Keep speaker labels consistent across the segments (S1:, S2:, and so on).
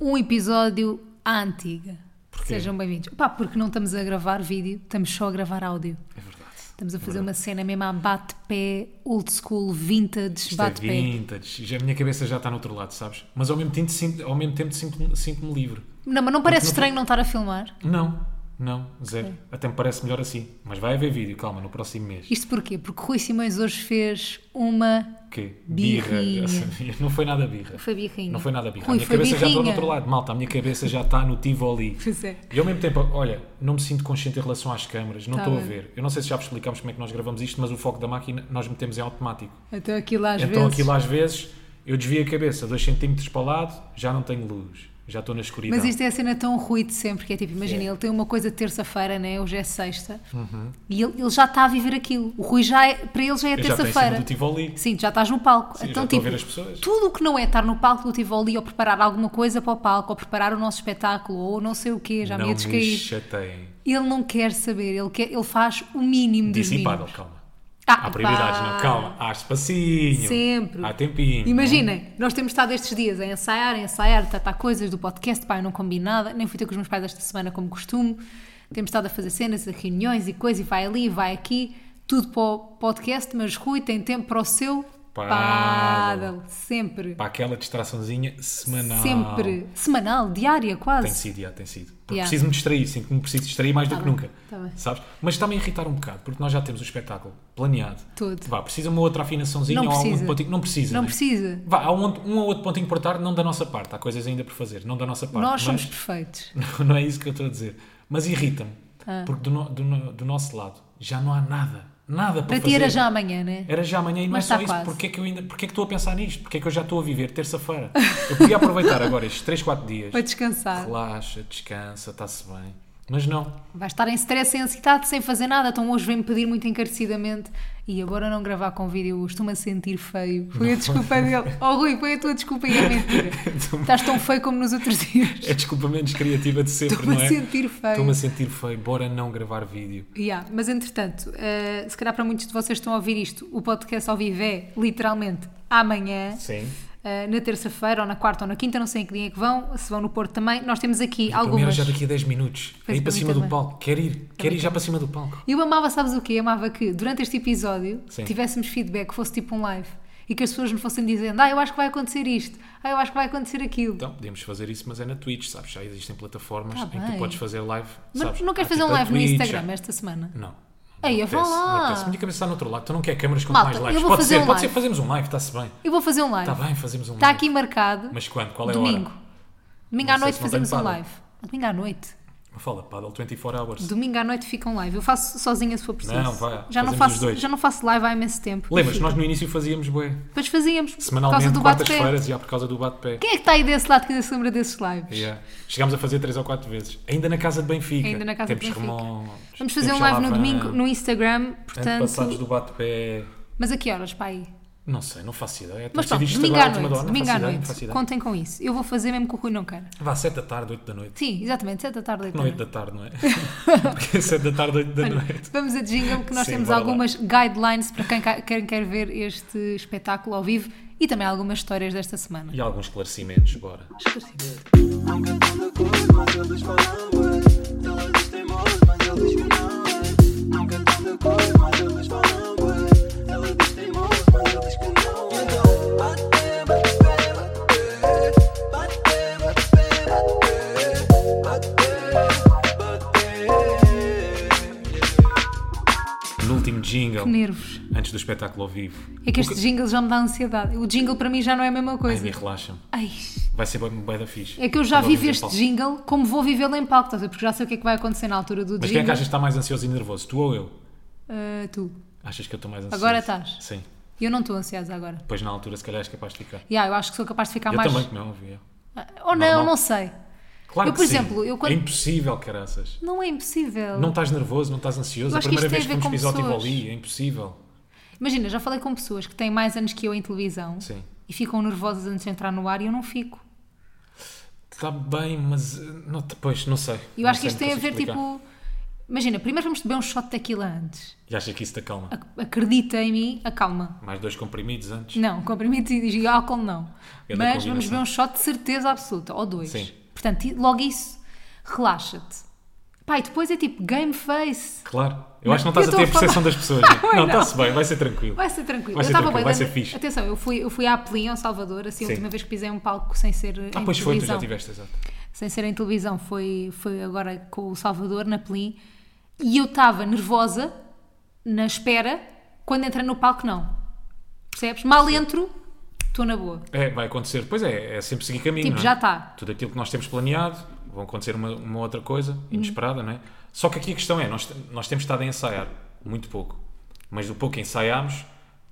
S1: um episódio à antiga. Sejam bem-vindos. Pá, porque não estamos a gravar vídeo, estamos só a gravar áudio.
S2: É verdade.
S1: Estamos a fazer uma cena mesmo à bate-pé, old school, vintage,
S2: Isto é
S1: bate-pé.
S2: vintage. Já- A minha cabeça já está no outro lado, sabes? Mas ao mesmo tempo sinto- ao mesmo tempo sinto- sinto-me livre.
S1: Não, mas não parece
S2: não-
S1: estranho não estar a filmar?
S2: Não, não, zero. Até me parece melhor assim. Mas vai haver vídeo, calma, no próximo mês.
S1: Isto porquê? Porque Rui Simões hoje fez uma...
S2: Que
S1: Birrinha.
S2: birra. Não foi nada birra.
S1: Foi birrinha.
S2: Não foi nada birra.
S1: Rui,
S2: a minha
S1: foi
S2: cabeça já está no
S1: birrinha.
S2: outro lado. Malta, a minha cabeça já está no Tivoli.
S1: Pois é.
S2: E ao mesmo tempo, olha, não me sinto consciente em relação às câmaras, não
S1: Tá
S2: estou a
S1: bem.
S2: ver. Eu não sei se já vos explicámos como é que nós gravamos isto, mas o foco da máquina nós metemos em automático.
S1: Então aquilo às
S2: então
S1: vezes...
S2: aquilo às vezes eu desvio a cabeça 2 centímetros para o lado, já não tenho luz, já estou na escuridão.
S1: Mas isto é a cena tão ruim de sempre, que é tipo, imagina, ele tem uma coisa de terça-feira, né? hoje é sexta, e ele, ele já está a viver aquilo. O Rui já é, para ele já é
S2: Uhum. eu já estou em cima
S1: terça-feira.
S2: do tipo Tivoli.
S1: Sim, tu já estás no palco.
S2: Sim,
S1: então,
S2: já estou a
S1: tipo,
S2: ver as pessoas.
S1: tudo o que não é estar no palco do Tivoli ou preparar alguma coisa para o palco, ou preparar o nosso espetáculo, ou não sei o quê, já me
S2: não
S1: ia
S2: me
S1: descair.
S2: chateiem.
S1: Ele não quer saber, ele, quer, ele faz o mínimo dos
S2: Dissipável,
S1: mínimos.
S2: calma.
S1: Ah,
S2: Há prioridades,
S1: pá.
S2: não, calma. Há espacinho.
S1: Sempre.
S2: Há tempinho.
S1: Imaginem, nós temos estado estes dias a ensaiar, a ensaiar, tratar coisas do podcast, pai, não combino nada, nem fui ter com os meus pais esta semana como costumo. Temos estado a fazer cenas, a reuniões e coisa, e vai ali, e vai aqui, tudo para o podcast, mas Rui tem tempo para o seu
S2: Pádel.
S1: pádel, sempre.
S2: Para aquela distraçãozinha semanal.
S1: Sempre. Semanal, diária, quase.
S2: Tem sido, já, tem sido. Porque
S1: Yeah.
S2: preciso-me distrair, sinto que me preciso distrair mais do que
S1: bem,
S2: nunca.
S1: tá bem.
S2: Sabes? Mas está-me a irritar um bocado, porque nós já temos o espetáculo planeado.
S1: Todo.
S2: Vá, precisa uma outra afinaçãozinha
S1: Não
S2: ou há um
S1: precisa.
S2: outro pontinho. Não precisa.
S1: Não
S2: né?
S1: precisa.
S2: Vá, há um, outro- um ou outro pontinho por tarde, não da nossa parte. Há coisas ainda por fazer, não da nossa parte.
S1: Nós somos
S2: Mas-
S1: perfeitos.
S2: Não, não é isso que eu estou a dizer. Mas irrita-me,
S1: Ah.
S2: porque do, no- do no- do nosso lado já não há nada. Nada para,
S1: Para ti era
S2: fazer.
S1: já amanhã, né?
S2: Era já amanhã e não
S1: Mas
S2: é só
S1: está
S2: isso.
S1: quase.
S2: Porquê que, eu ainda, porquê é que estou a pensar nisto? Porquê que eu já estou a viver terça-feira? Eu podia aproveitar agora estes 3, 4 dias.
S1: Para descansar.
S2: Relaxa, descansa, está-se bem. Mas não.
S1: Vai estar em stress, em ansiedade, sem fazer nada. Então hoje vem-me pedir muito encarecidamente. E agora não gravar com vídeo, estou-me a sentir feio. Foi a desculpa dele. Oh Rui, foi a tua desculpa e é mentira. Estás tão feio como nos outros dias.
S2: É desculpa menos criativa de sempre,
S1: Estou-me
S2: não
S1: a
S2: é?
S1: sentir feio.
S2: Estou-me a sentir feio. Bora não gravar vídeo.
S1: Yeah, mas entretanto, eh, se calhar para muitos de vocês que estão a ouvir isto, o podcast ao vivo é literalmente amanhã.
S2: Sim.
S1: eh, na terça-feira, ou na quarta, ou na quinta, não sei em que dia é que vão, se vão no Porto também, nós temos aqui
S2: A primeira
S1: algumas.
S2: já daqui a 10 minutos.
S1: Pois,
S2: é ir
S1: para
S2: para
S1: mim
S2: cima
S1: também.
S2: do palco. Quer ir. Quer ir já para cima do palco.
S1: Eu amava, sabes o quê? Amava que durante este episódio
S2: Sim.
S1: tivéssemos feedback, fosse tipo um live e que as pessoas me fossem dizendo: Ah, eu acho que vai acontecer isto, ah, eu acho que vai acontecer aquilo.
S2: Então, podemos fazer isso, mas é na Twitch, sabes? Já existem plataformas
S1: Tá
S2: em que
S1: bem.
S2: tu podes fazer live.
S1: Mas
S2: sabes?
S1: não queres
S2: Há
S1: fazer um
S2: tipo a
S1: live no
S2: Twitch,
S1: Instagram
S2: há- um
S1: esta semana?
S2: Não.
S1: Ei,
S2: não
S1: vá
S2: apetece, não
S1: lá.
S2: apetece. Minha cabeça está no outro lado. Tu não quer câmaras com
S1: Malta,
S2: mais
S1: eu
S2: lives.
S1: vou
S2: Pode
S1: fazer
S2: ser,
S1: um
S2: pode ser.
S1: live.
S2: Fazemos um live, está-se bem.
S1: Eu vou fazer um live.
S2: Está bem, fazemos um
S1: Está
S2: live.
S1: aqui marcado.
S2: Mas quando? Qual é a hora?
S1: Domingo. Domingo
S2: Não
S1: à
S2: sei
S1: noite
S2: se não tenho
S1: fazemos um
S2: pádel.
S1: live. Domingo à noite.
S2: Fala, paddle 24 hours.
S1: Domingo à noite fica um live. Eu faço sozinha se for preciso.
S2: Não, vá,
S1: já, não
S2: fazemos os
S1: faço,
S2: dois.
S1: já não faço live há imenso tempo.
S2: Lembras,
S1: Fica.
S2: nós no início fazíamos bué.
S1: Depois fazíamos. por causa
S2: Semanalmente,
S1: do bate-pé.
S2: quartas-feiras, já por causa do bate-pé.
S1: Quem é que está aí desse lado que ainda se lembra desses lives?
S2: Yeah. Chegámos a fazer 3 ou 4 vezes. Ainda na casa de Benfica.
S1: Ainda na casa de
S2: Temos
S1: Benfica.
S2: remontes,
S1: Vamos fazer
S2: temos
S1: um live no
S2: Chalavã,
S1: domingo no Instagram, portanto.
S2: Antepassados do bate-pé.
S1: Mas a que horas, pai?
S2: Não sei, não faço ideia.
S1: Mas pronto,
S2: Tem que ser visto
S1: domingo
S2: agora
S1: à
S2: última
S1: noite.
S2: hora. Não
S1: Domingo
S2: faço
S1: à
S2: ideia, não
S1: noite.
S2: faço ideia.
S1: Contem com isso. Eu vou fazer mesmo que o Rui não queira.
S2: Vá, 7 da tarde, 8 da noite.
S1: Sim, exatamente, 7 da tarde, 8 da
S2: Não, 8
S1: noite.
S2: da tarde, não é? Porque 7 da tarde, 8 da noite.
S1: Vamos a jingle que nós
S2: Sim,
S1: temos
S2: bora lá.
S1: algumas guidelines para quem, ca- quem quer ver este espetáculo ao vivo e também algumas histórias desta semana.
S2: E alguns esclarecimentos, bora.
S3: Nunca tanta cor, mas eles falam ué. Eles têm moço, mas eles que não é. Nunca tanta cor, mas eles falam ué. Eles têm moço, mas eles que não é. Então, bate, bate, bate, bate, bate, uh, bate, bate, bate.
S2: No último jingle,
S1: Que nervos.
S2: antes do espetáculo ao vivo.
S1: É que este jingle já me dá ansiedade. O jingle para mim já não é a mesma
S2: Ai,
S1: coisa.
S2: me relaxa-me.
S1: Ai,
S2: Vai ser bem, bem da fixe.
S1: é que eu já
S2: Quando
S1: vivo
S2: ouvimos em
S1: este
S2: palco.
S1: jingle como vou vivê-lo em palco, estás a ver? porque já sei o que é que vai acontecer na altura do
S2: Mas quem é que
S1: jingle.
S2: achas que está mais ansioso e nervoso? Tu ou eu?
S1: Ah, tu.
S2: Achas que eu estou mais ansioso?
S1: Agora estás.
S2: Sim.
S1: Eu não estou ansiosa agora.
S2: Depois na altura, se calhar, és capaz de ficar.
S1: Yeah, eu acho que sou capaz de ficar
S2: eu
S1: mais. Ah,
S2: também, que não ouvia.
S1: Ou não,
S2: Normal.
S1: não sei.
S2: Claro
S1: Eu,
S2: que
S1: por
S2: sim.
S1: exemplo, eu quando-
S2: É impossível, caraças.
S1: Não é impossível.
S2: Não estás nervoso, não estás ansioso.
S1: Eu
S2: A
S1: acho que
S2: primeira
S1: isto tem a
S2: vez que
S1: ver
S2: vimos
S1: com
S2: pisar o
S1: pessoas.
S2: Tivoli, é impossível.
S1: Imagina, já falei com pessoas que têm mais anos que eu em televisão
S2: Sim.
S1: e ficam nervosas antes de entrar no ar e eu não fico.
S2: Está bem, mas eh, não, depois, não sei.
S1: Eu
S2: Não
S1: acho que
S2: sei,
S1: isto
S2: não
S1: tem a ver,
S2: consigo explicar.
S1: tipo, Imagina, primeiro vamos beber um shot de tequila antes.
S2: E achas que isso te acalma?
S1: Ac- Acredita em mim, acalma.
S2: Mais dois comprimidos antes?
S1: Não, comprimidos e e álcool não.
S2: É da
S1: Mas vamos
S2: combinação.
S1: ver um shot de certeza absoluta, ou dois.
S2: Sim.
S1: Portanto, e- logo isso, relaxa-te. Pá, e depois é tipo game face.
S2: Claro. Eu acho que não
S1: Não, eu
S2: estás a ter a
S1: estou a
S2: percepção
S1: falar.
S2: das pessoas. né?
S1: Pois
S2: não,
S1: não.
S2: está-se bem, vai ser tranquilo.
S1: Vai ser tranquilo.
S2: Vai ser
S1: eu estava
S2: tranquilo,
S1: bem
S2: vai ser
S1: dentro-
S2: fixe.
S1: Atenção, eu fui, eu fui à Pelim, ao Salvador, assim, a
S2: Sim.
S1: última vez que pisei um palco sem ser em
S2: Ah, pois foi, tu
S1: televisão.
S2: já tiveste, exato.
S1: sem ser em televisão, foi, foi agora com o Salvador na Pelim e eu estava nervosa na espera, quando entrei no palco não, percebes? Mal entro, estou na boa.
S2: É, vai acontecer. Pois é, é sempre seguir caminho.
S1: Tipo,
S2: não é?
S1: já tá.
S2: Tudo aquilo que nós temos planeado, vão acontecer uma, uma outra coisa
S1: Uhum.
S2: inesperada, não é? Só que aqui a questão é: nós, te- nós temos estado a ensaiar muito pouco, mas do pouco que ensaiámos,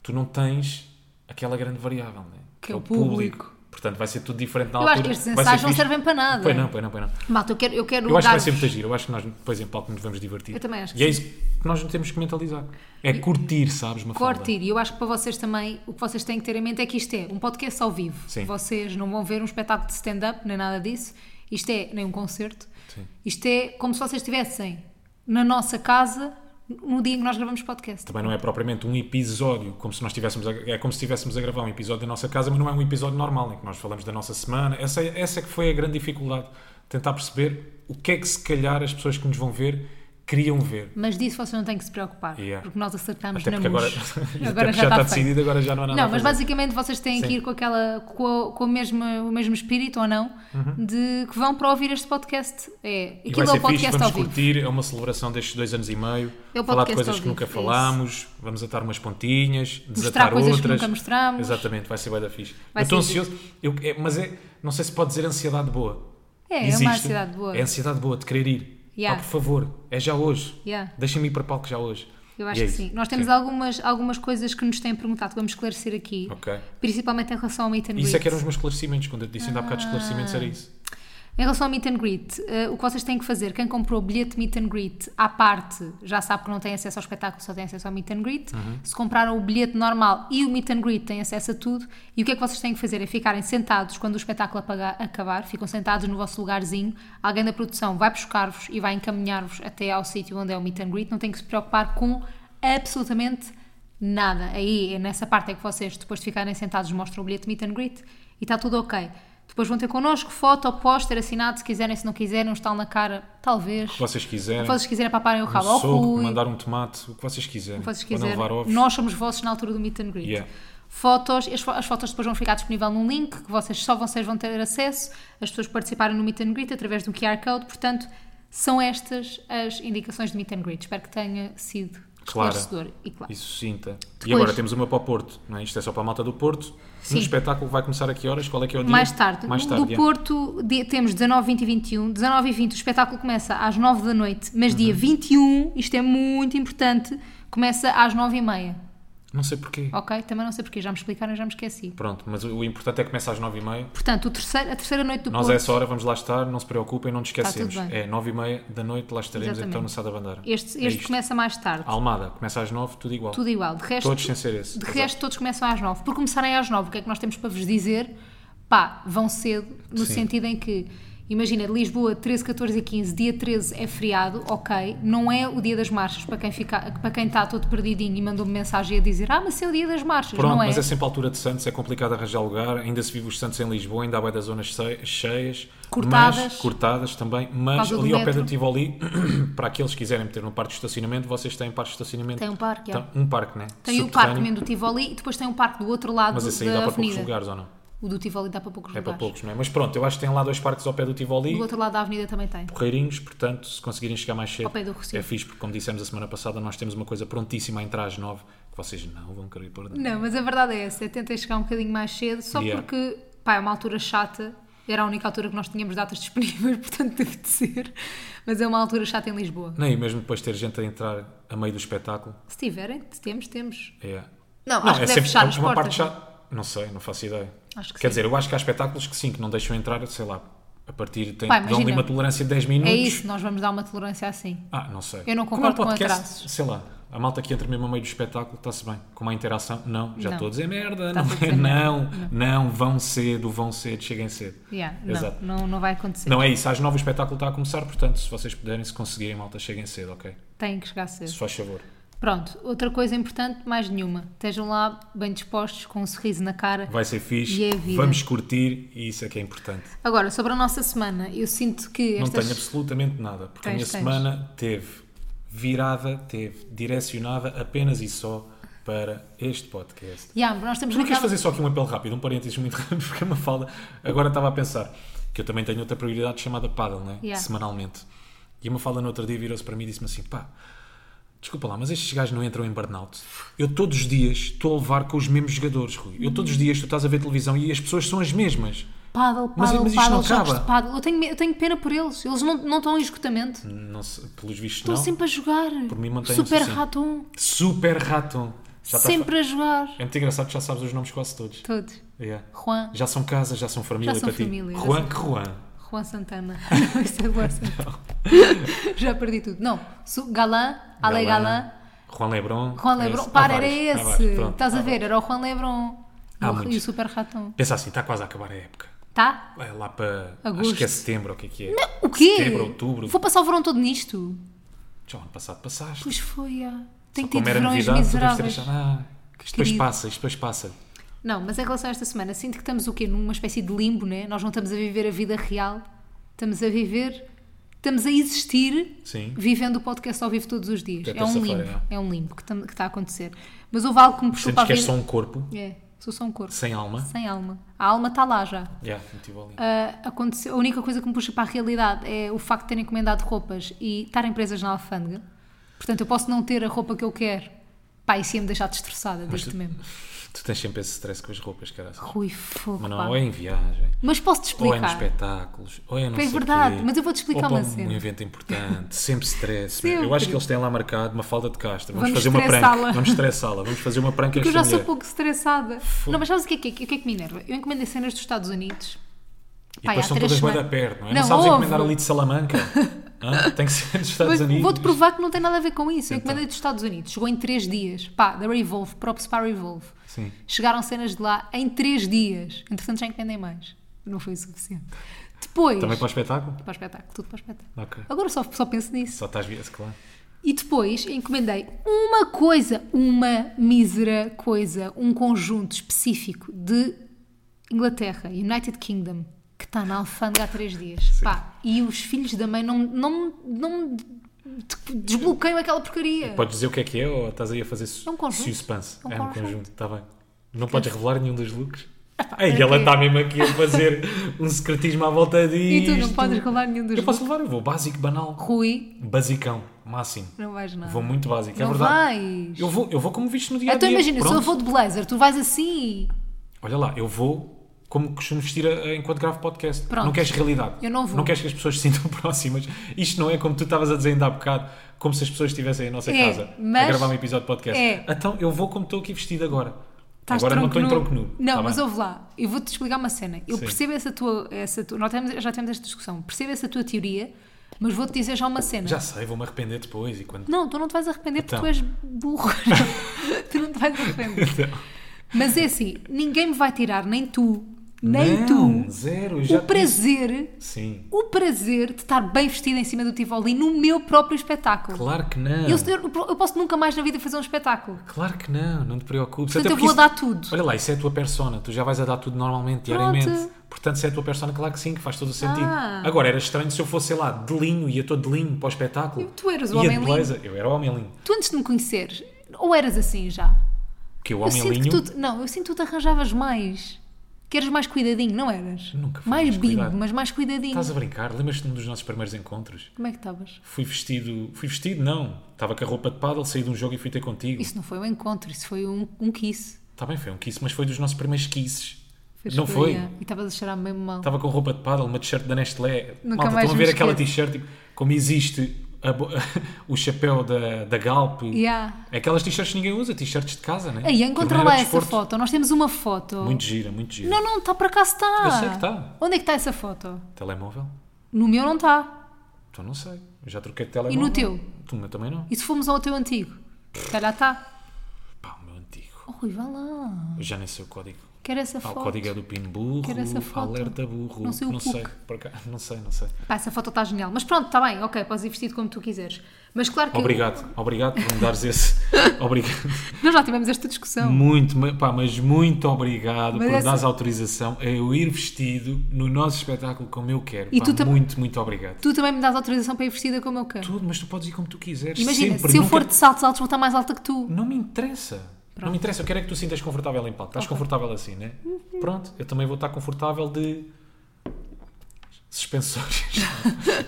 S2: tu não tens aquela grande variável, não é?
S1: Que é o público.
S2: Portanto, vai ser tudo diferente na
S1: Eu
S2: altura.
S1: acho que estes
S2: Vai ser
S1: ensaios não
S2: fixe.
S1: servem para nada.
S2: Pois não, pois não, pois não.
S1: Malta, eu quero, eu quero
S2: Eu acho que vai
S1: dar-vos-
S2: ser muito giro. Eu acho que nós, depois em palco, nos vamos divertir.
S1: Eu também acho
S2: E
S1: que
S2: é isso que nós não temos que mentalizar. É curtir, sabes, uma
S1: Curtir, e eu acho que para vocês também, o que vocês têm que ter em mente é que isto é um podcast ao vivo.
S2: Sim.
S1: Vocês não vão ver um espetáculo de stand-up, nem nada disso. Isto é, nem um concerto.
S2: Sim.
S1: Isto é como se vocês estivessem na nossa casa no dia em que nós gravamos podcast.
S2: Também não é propriamente um episódio, como se nós estivéssemos a, é como se estivéssemos a gravar um episódio da nossa casa, mas não é um episódio normal em que nós falamos da nossa semana. Essa, é- essa é que foi a grande dificuldade, tentar perceber o que é que se calhar as pessoas que nos vão ver queriam ver.
S1: Mas disso vocês não têm que se preocupar,
S2: Yeah.
S1: porque nós acertamos
S2: Até
S1: na
S2: porque agora,
S1: mousse.
S2: até porque já, está
S1: feito.
S2: decidido, agora já não há nada
S1: Não,
S2: a
S1: mas
S2: fazer.
S1: basicamente vocês têm que
S2: Sim.
S1: ir com aquela com, a- com o, mesmo, o mesmo espírito ou não de que vão para ouvir este podcast. É,
S2: Uhum. E
S1: aquilo
S2: vai
S1: é o
S2: ser fixe,
S1: podcast ao
S2: vamos
S1: vivo.
S2: curtir, é uma celebração destes dois anos e meio,
S1: É o podcast
S2: falar de
S1: ao
S2: coisas que
S1: vivo,
S2: nunca
S1: é isso.
S2: falámos, vamos atar umas pontinhas, desatar
S1: coisas que
S2: outras.
S1: nunca mostramos.
S2: Exatamente, vai ser bué da fixe.
S1: Vai
S2: eu estou
S1: ser
S2: ansioso, eu, é, mas é, não sei se pode dizer ansiedade boa.
S1: É, é uma ansiedade boa.
S2: É ansiedade boa de querer ir.
S1: Yeah.
S2: Pá, por favor, é já hoje.
S1: Yeah.
S2: Deixem-me ir para palco já hoje.
S1: Eu
S2: E
S1: acho
S2: é
S1: que
S2: isso.
S1: sim. Nós temos Algumas, algumas coisas que nos têm perguntado, que vamos esclarecer aqui.
S2: Ok.
S1: Principalmente em relação ao meet and greet.
S2: Isso é que eram os meus esclarecimentos, quando eu te disse ainda há bocado esclarecimentos, era isso.
S1: Em relação ao meet and greet, eh, o que vocês têm que fazer, quem comprou o bilhete meet and greet à parte, já sabe que não tem acesso ao espetáculo, só tem acesso ao meet and greet.
S2: Uhum.
S1: Se compraram o bilhete normal e o meet and greet, têm acesso a tudo. E o que é que vocês têm que fazer? É ficarem sentados quando o espetáculo apaga- acabar, ficam sentados no vosso lugarzinho. Alguém da produção vai buscar-vos e vai encaminhar-vos até ao sítio onde é o meet and greet. Não têm que se preocupar com absolutamente Nada. Aí, nessa parte é que vocês, depois de ficarem sentados, mostram o bilhete de meet and greet e está tudo ok. Depois vão ter connosco foto, póster, assinado, se quiserem, se não quiserem, um estalo na cara, talvez.
S2: Se vocês quiserem,
S1: Se vocês quiserem, paparem o
S2: um
S1: rabo ao
S2: soco,
S1: Rui.
S2: mandar um tomate, o que vocês quiserem.
S1: se vocês
S2: Mandam
S1: quiserem.
S2: levar ovos.
S1: Nós somos vossos na altura do meet and greet.
S2: Yeah.
S1: Fotos, as, fo- as fotos depois vão ficar disponível num link que vocês só vocês vão ter acesso, as pessoas participarem no meet and greet através do QR Code, portanto, são estas as indicações de meet and greet. Espero que tenha sido
S2: Clara.
S1: esclarecedor e claro.
S2: E sucinta. E
S1: Depois-
S2: agora temos uma para o Porto, não é? Isto é só para a malta do Porto.
S1: Sim.
S2: No espetáculo vai começar a que horas? Qual é que é o dia?
S1: Mais tarde.
S2: Mais
S1: Do-
S2: tarde,
S1: do
S2: é.
S1: Porto di- temos 19, 20 e 21. 19 e 20 o espetáculo começa às 9 da noite, mas dia
S2: Uhum.
S1: 21, isto é muito importante, começa às 9 e meia.
S2: Não sei porquê.
S1: Ok? Também não sei porquê, já me explicaram, já me esqueci.
S2: Pronto, mas o o importante é que começa às 9h30.
S1: Portanto, o terceiro- a terceira noite do
S2: Nós é a
S1: Porto,
S2: essa hora vamos lá estar, não se preocupem, não nos esquecemos.
S1: Está tudo bem.
S2: É 9h30 da noite, lá estaremos
S1: Exatamente.
S2: então no Sada Bandeira.
S1: este,
S2: É
S1: este
S2: isto.
S1: começa mais tarde.
S2: A Almada, começa às 9 tudo igual.
S1: Tudo igual. De resto,
S2: Todos sem ser esse.
S1: de
S2: Exato.
S1: resto todos começam às 9. Por começarem às 9, o que é que nós temos para vos dizer? Pá, vão cedo, no
S2: Sim.
S1: sentido em que, imagina, de Lisboa, 13, 14 e 15, dia 13 é feriado, ok, não é o dia das marchas para quem, fica, para quem está todo perdidinho e mandou-me mensagem a dizer, ah, mas é o dia das marchas,
S2: Pronto,
S1: não é?
S2: mas é sempre a altura de Santos, é complicado arranjar lugar, ainda se vive os Santos em Lisboa, ainda há bem das zonas sei- cheias.
S1: Cortadas.
S2: Mas, cortadas também, mas
S1: causa do
S2: ali ao pé
S1: metro.
S2: do Tivoli, para aqueles que quiserem meter no parque de estacionamento, vocês têm parque de estacionamento.
S1: Tem um parque, é.
S2: Tem Um parque, né?
S1: Tem o
S2: Subterrâneo,
S1: parque mesmo do Tivoli e depois tem o parque do outro lado
S2: Mas esse aí
S1: da
S2: dá para poucos
S1: avenida.
S2: lugares ou não?
S1: o do Tivoli dá para poucos
S2: É para
S1: lugares.
S2: poucos, não é? Mas pronto, eu acho que tem lá dois parques ao pé do Tivoli.
S1: Do outro lado da avenida também tem.
S2: porreirinhos, portanto, se conseguirem chegar mais cedo,
S1: Ao pé do Rocio.
S2: é fixe, porque como dissemos a semana passada, nós temos uma coisa prontíssima a entrar às nove, que vocês não vão querer pôr dentro.
S1: Não, mas a verdade é essa. Eu tentei chegar um bocadinho mais cedo, só
S2: Yeah.
S1: porque, pá, é uma altura chata. Era a única altura que nós tínhamos datas disponíveis, portanto teve de ser. Mas é uma altura chata em Lisboa.
S2: Nem mesmo depois ter gente a entrar a meio do espetáculo.
S1: Se tiverem, se temos, temos.
S2: É...
S1: Não, acho que deve fechar
S2: é
S1: as
S2: uma
S1: portas,
S2: parte chata. Não sei, não faço ideia.
S1: Acho que sim.
S2: Quer dizer, eu acho que há espetáculos que sim, que não deixam entrar, sei lá, a partir tem,
S1: Pá,
S2: dão-lhe
S1: imagina.
S2: uma tolerância de 10 minutos.
S1: É isso, nós vamos dar uma tolerância assim.
S2: Ah, não sei.
S1: Eu não
S2: Como
S1: concordo
S2: é um
S1: com
S2: podcast,
S1: atrasos.
S2: Sei lá. A malta que entra mesmo a meio do espetáculo está-se bem. Com uma interação, não, já
S1: Não.
S2: estou a dizer merda,
S1: Está
S2: não,
S1: a dizer
S2: é, não,
S1: merda.
S2: não, vão cedo, vão cedo, cheguem cedo.
S1: Yeah,
S2: Exato.
S1: não, não, não vai acontecer.
S2: Não é isso, às nove o espetáculo está a começar, portanto, se vocês puderem, se conseguirem, malta, cheguem cedo, ok?
S1: Tem que chegar cedo.
S2: Se faz favor.
S1: Pronto, outra coisa importante, mais nenhuma. Estejam lá bem dispostos, com um sorriso na cara.
S2: Vai ser fixe,
S1: E é a vida.
S2: vamos curtir e isso é que é importante.
S1: Agora, sobre a nossa semana, eu sinto que
S2: Não
S1: estas...
S2: tenho absolutamente nada, porque a
S1: Tens,
S2: minha
S1: tens.
S2: semana teve virada, teve direcionada apenas e só para este podcast.
S1: Yeah, mas nós temos
S2: Mas não queres
S1: naquela-
S2: fazer só aqui um apelo rápido, um parênteses muito rápido, porque uma falda. Agora estava a pensar que eu também tenho outra prioridade chamada paddle, né?
S1: Yeah.
S2: Semanalmente. E uma falda no outro dia virou-se para mim e disse-me assim: pá, desculpa lá, mas estes gajos não entram em burnout. Eu todos os dias estou a levar com os mesmos jogadores, Rui. Eu todos os dias tu estás a ver televisão e as pessoas são as mesmas.
S1: Paddle,
S2: Mas-
S1: paddle,
S2: mas isto
S1: paddle,
S2: não
S1: jogos
S2: acaba.
S1: de paddle. Eu tenho, me- eu tenho pena por eles. Eles não, não estão em esgotamento.
S2: Não sei, pelos vistos,
S1: Estão
S2: não.
S1: sempre a jogar.
S2: Por mim, mantenham-se
S1: Super
S2: assim.
S1: raton.
S2: Super raton. Já tá está
S1: Sempre a jogar.
S2: É muito engraçado que já sabes os nomes quase todos.
S1: Todos.
S2: Yeah.
S1: Juan.
S2: Já são casa, já são família
S1: Já são
S2: para ti.
S1: família, já
S2: Juan
S1: são-
S2: que Juan.
S1: Juan Santana. Isso é Juan Santana. Já perdi tudo. Não. Su- Galã. Ale Galã.
S2: Juan Lebron.
S1: Juan
S2: É
S1: Lebron.
S2: esse.
S1: Para,
S2: Há
S1: era
S2: vários, há
S1: esse.
S2: vários. Pronto,
S1: Estás
S2: há
S1: a
S2: vários.
S1: ver? Era o Juan Lebron.
S2: Há
S1: E o- e o
S2: muitos.
S1: Super Raton.
S2: Pensa assim, está quase a acabar a época.
S1: Tá?
S2: É lá para. Acho
S1: Agosto.
S2: que é setembro, o que é que é?
S1: O quê?
S2: Setembro, outubro.
S1: Vou passar o verão todo nisto.
S2: Já o ano passado passaste.
S1: Pois foi, ah. Tenho que ter
S2: Como era
S1: verões
S2: novidade, tu deves ter
S1: miseráveis.
S2: achado. Ah, isto depois
S1: Querido.
S2: passa, isto depois passa.
S1: Não, mas em relação a esta semana, sinto que estamos o quê? Numa espécie de limbo, né? Nós não estamos a viver a vida real, estamos a viver, estamos a existir,
S2: Sim.
S1: vivendo o podcast ao vivo todos os dias.
S2: Até
S1: É um
S2: terça-feira,
S1: limbo, é um limbo que, tam- que está a acontecer. Mas houve algo que me puxou
S2: Sentes que
S1: para a
S2: és
S1: vida.
S2: só um corpo,
S1: É, sou só um corpo,
S2: sem alma.
S1: sem alma. A alma está lá já.
S2: Yeah, motivo ali.
S1: Ah, aconteceu, a única coisa que me puxa para a realidade é o facto de terem encomendado roupas e estarem presas na alfândega. Portanto, eu posso não ter a roupa que eu quero. Pá, isso ia me deixar destroçada, digo-te mesmo.
S2: Tu tens sempre esse stress com as roupas, cara.
S1: Rui, fogo,
S2: Mas
S1: pá.
S2: não, ou é em viagem.
S1: Mas posso te
S2: Ou é nos
S1: explicar.
S2: espetáculos, ou é não
S1: É
S2: sei
S1: verdade,
S2: quê,
S1: mas eu vou-te explicar
S2: ou para
S1: uma cena.
S2: um evento importante, sempre stress. meu. Eu
S1: Sempre.
S2: acho que eles têm lá marcado uma falda de Castro. Vamos,
S1: Vamos
S2: fazer uma
S1: estressá-la.
S2: prank. Vamos estressá-la. Vamos fazer uma prank a
S1: Porque eu
S2: esta
S1: já sou
S2: mulher.
S1: pouco estressada. Não, mas sabes o que é que, é- o que é que me enerva? Eu encomendei cenas dos Estados Unidos.
S2: E depois
S1: há
S2: estão
S1: três
S2: todas bem da
S1: semanas.
S2: perto, não é? Não,
S1: Não,
S2: sabes
S1: ouve.
S2: encomendar ali de Salamanca. Hã? Tem que ser dos Estados
S1: Mas
S2: Unidos.
S1: vou-te provar que não tem nada a ver com isso. Eu
S2: Então.
S1: encomendei dos Estados Unidos. Chegou em 3 dias. Pá, da Revolve, props para a Revolve.
S2: Sim.
S1: Chegaram cenas de lá em 3 dias. Entretanto, já encomendei mais. Não foi o suficiente. Depois.
S2: Também para o espetáculo?
S1: para o espetáculo, tudo para o espetáculo.
S2: Ok.
S1: Agora só, só penso nisso.
S2: Só estás vias, claro.
S1: E depois encomendei uma coisa, uma mísera coisa, um conjunto específico de Inglaterra, United Kingdom, que está na alfândega há três dias. Pá, e os filhos da mãe não, não, não de- desbloqueiam aquela porcaria.
S2: Podes dizer o que é que é ou estás aí a fazer su-
S1: É um conjunto.
S2: suspense?
S1: É um
S2: é um
S1: conjunto.
S2: conjunto, está bem. Não podes revelar nenhum dos looks? Ei,
S1: para
S2: ela
S1: quê?
S2: está mesmo aqui a fazer um secretismo à volta
S1: E
S2: disto.
S1: tu não podes colar nenhum dos
S2: Eu posso levar, eu vou básico, banal.
S1: Rui,
S2: Basicão, máximo.
S1: não vais nada.
S2: Vou muito básico, é
S1: Não
S2: verdade.
S1: vais.
S2: Eu vou, eu vou como visto no dia a
S1: Então
S2: dia.
S1: imagina, se eu
S2: Pronto.
S1: vou de blazer, tu vais assim.
S2: Olha lá, eu vou como costumo vestir a- a- enquanto gravo podcast.
S1: Pronto.
S2: Não queres realidade.
S1: Eu não vou.
S2: Não queres que as pessoas se sintam próximas. Isto não é como tu estavas a dizer ainda há bocado, como se as pessoas estivessem em nossa
S1: É,
S2: casa
S1: mas-
S2: a gravar um episódio de podcast.
S1: É.
S2: Então eu vou como estou aqui vestido agora.
S1: Estás
S2: agora não
S1: tronco
S2: estou em
S1: nu.
S2: tronco nu.
S1: Não,
S2: tá
S1: mas
S2: bem?
S1: ouve lá, eu vou-te explicar uma cena. Eu
S2: Sim.
S1: percebo essa tua. Essa tua nós temos- já temos esta discussão. Percebo essa tua teoria, mas vou-te dizer já uma cena.
S2: Já sei, vou-me arrepender depois. E quando...
S1: Não, tu não te vais arrepender
S2: Então.
S1: porque tu és burro. tu não te vais arrepender.
S2: Então.
S1: Mas é assim, ninguém me vai tirar, nem tu, nem
S2: Não,
S1: tu,
S2: Zero, eu já
S1: o prazer.
S2: disse. Sim.
S1: O prazer de estar bem vestida em cima do Tivoli no meu próprio espetáculo.
S2: Claro que não.
S1: Eu, eu posso nunca mais na vida fazer um espetáculo.
S2: Claro que não, não te preocupes.
S1: Portanto,
S2: Até
S1: eu
S2: porque
S1: vou
S2: isso-
S1: dar tudo.
S2: Olha lá, isso é a tua persona, tu já vais a dar tudo normalmente, diariamente. Portanto, se é a tua persona, claro que sim, que faz todo o sentido.
S1: Ah.
S2: Agora, era estranho se eu fosse, sei lá, de linho, ia todo de linho para o espetáculo.
S1: E tu eras o
S2: Ia de
S1: homem
S2: blazer. Eu era o homem linho.
S1: Tu antes de me conheceres, ou eras assim já?
S2: Porque o
S1: Eu
S2: homem
S1: sinto que
S2: linho.
S1: tu, te- não, eu sinto que tu te arranjavas mais. Que eras mais cuidadinho, não eras?
S2: Nunca fui
S1: mais
S2: mais
S1: bimbo,
S2: cuidado.
S1: mas mais cuidadinho.
S2: Estás a brincar? Lembras-te de um dos nossos primeiros encontros?
S1: Como é que estavas?
S2: Fui vestido. Fui vestido? Não. Estava com a roupa de paddle, saí de um jogo e fui ter contigo.
S1: Isso não foi um encontro, isso foi um, um kiss.
S2: Está bem, foi um kiss, mas foi dos nossos primeiros kisses.
S1: Fez
S2: não foi?
S1: escolha. E estavas a cheirar mesmo mal.
S2: Estava com roupa de paddle, uma t-shirt da Nestlé.
S1: Nunca
S2: Malta,
S1: mais
S2: estão a
S1: me
S2: ver aquela
S1: esqueço.
S2: t-shirt, tipo, como existe a bo- o chapéu da, da Galp.
S1: Yeah.
S2: Aquelas t-shirts que ninguém usa, t-shirts de casa, né?
S1: Aí, encontra lá
S2: Primeiro
S1: essa
S2: desporto.
S1: foto. Nós temos uma foto.
S2: Muito gira, muito gira.
S1: Não, tá, não, está para cá está.
S2: Eu sei que tá. está.
S1: Onde é que está essa foto?
S2: Telemóvel?
S1: No meu não está.
S2: Então não sei. Eu já troquei de telemóvel.
S1: E no teu?
S2: Tu meu também não.
S1: E se fomos ao teu antigo? Se calhar está.
S2: Pá, o meu antigo.
S1: Oh, Rui, vá lá.
S2: Eu já nem sei o código.
S1: Quero essa
S2: Ah, o
S1: foto.
S2: código é do PIN burro,
S1: Quero essa foto.
S2: alerta burro.
S1: Não sei o PUC.
S2: por acaso, não sei, não sei.
S1: Pá, Ah, essa foto está genial. Mas pronto, está bem, ok, podes ir vestido como tu quiseres. Mas claro que.
S2: Obrigado, obrigado por me dares esse. Obrigado.
S1: Nós já tivemos esta discussão.
S2: Muito, ma- pá, mas muito obrigado
S1: Mas
S2: por me
S1: essa-
S2: dares autorização a eu ir vestido no nosso espetáculo como eu quero.
S1: E
S2: Pá,
S1: tu tam-
S2: Muito, muito obrigado.
S1: Tu também me dás autorização para ir vestida como eu quero.
S2: Tudo, mas tu podes ir como tu quiseres.
S1: Imagina,
S2: sempre,
S1: se eu
S2: nunca-
S1: for de saltos altos, vou estar mais alta que tu.
S2: Não me interessa. Não me interessa. Eu quero é que tu sintas confortável em palco. Estás confortável assim, né?
S1: Uhum.
S2: Pronto, eu também vou estar confortável de. Suspensórios.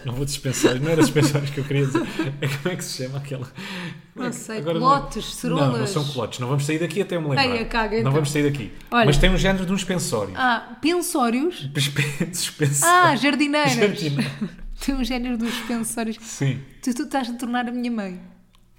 S2: não vou de suspensórios. Não era suspensórios que eu queria dizer. É como é que se chama aquela. como é
S1: Não
S2: que-
S1: sei,
S2: agora
S1: culotes,
S2: Não, não
S1: cerolas.
S2: são colotes. Não vamos sair daqui até eu me lembrar.
S1: Ai, eu cago,
S2: Não
S1: então.
S2: vamos sair daqui.
S1: Olha.
S2: Mas tem um género de um suspensório.
S1: Ah, pensórios?
S2: Suspen-
S1: Ah,
S2: Suspensório.
S1: jardineiras.
S2: Jardineiras.
S1: Tem um género dos pensórios.
S2: Sim.
S1: Tu, tu estás a tornar a minha mãe.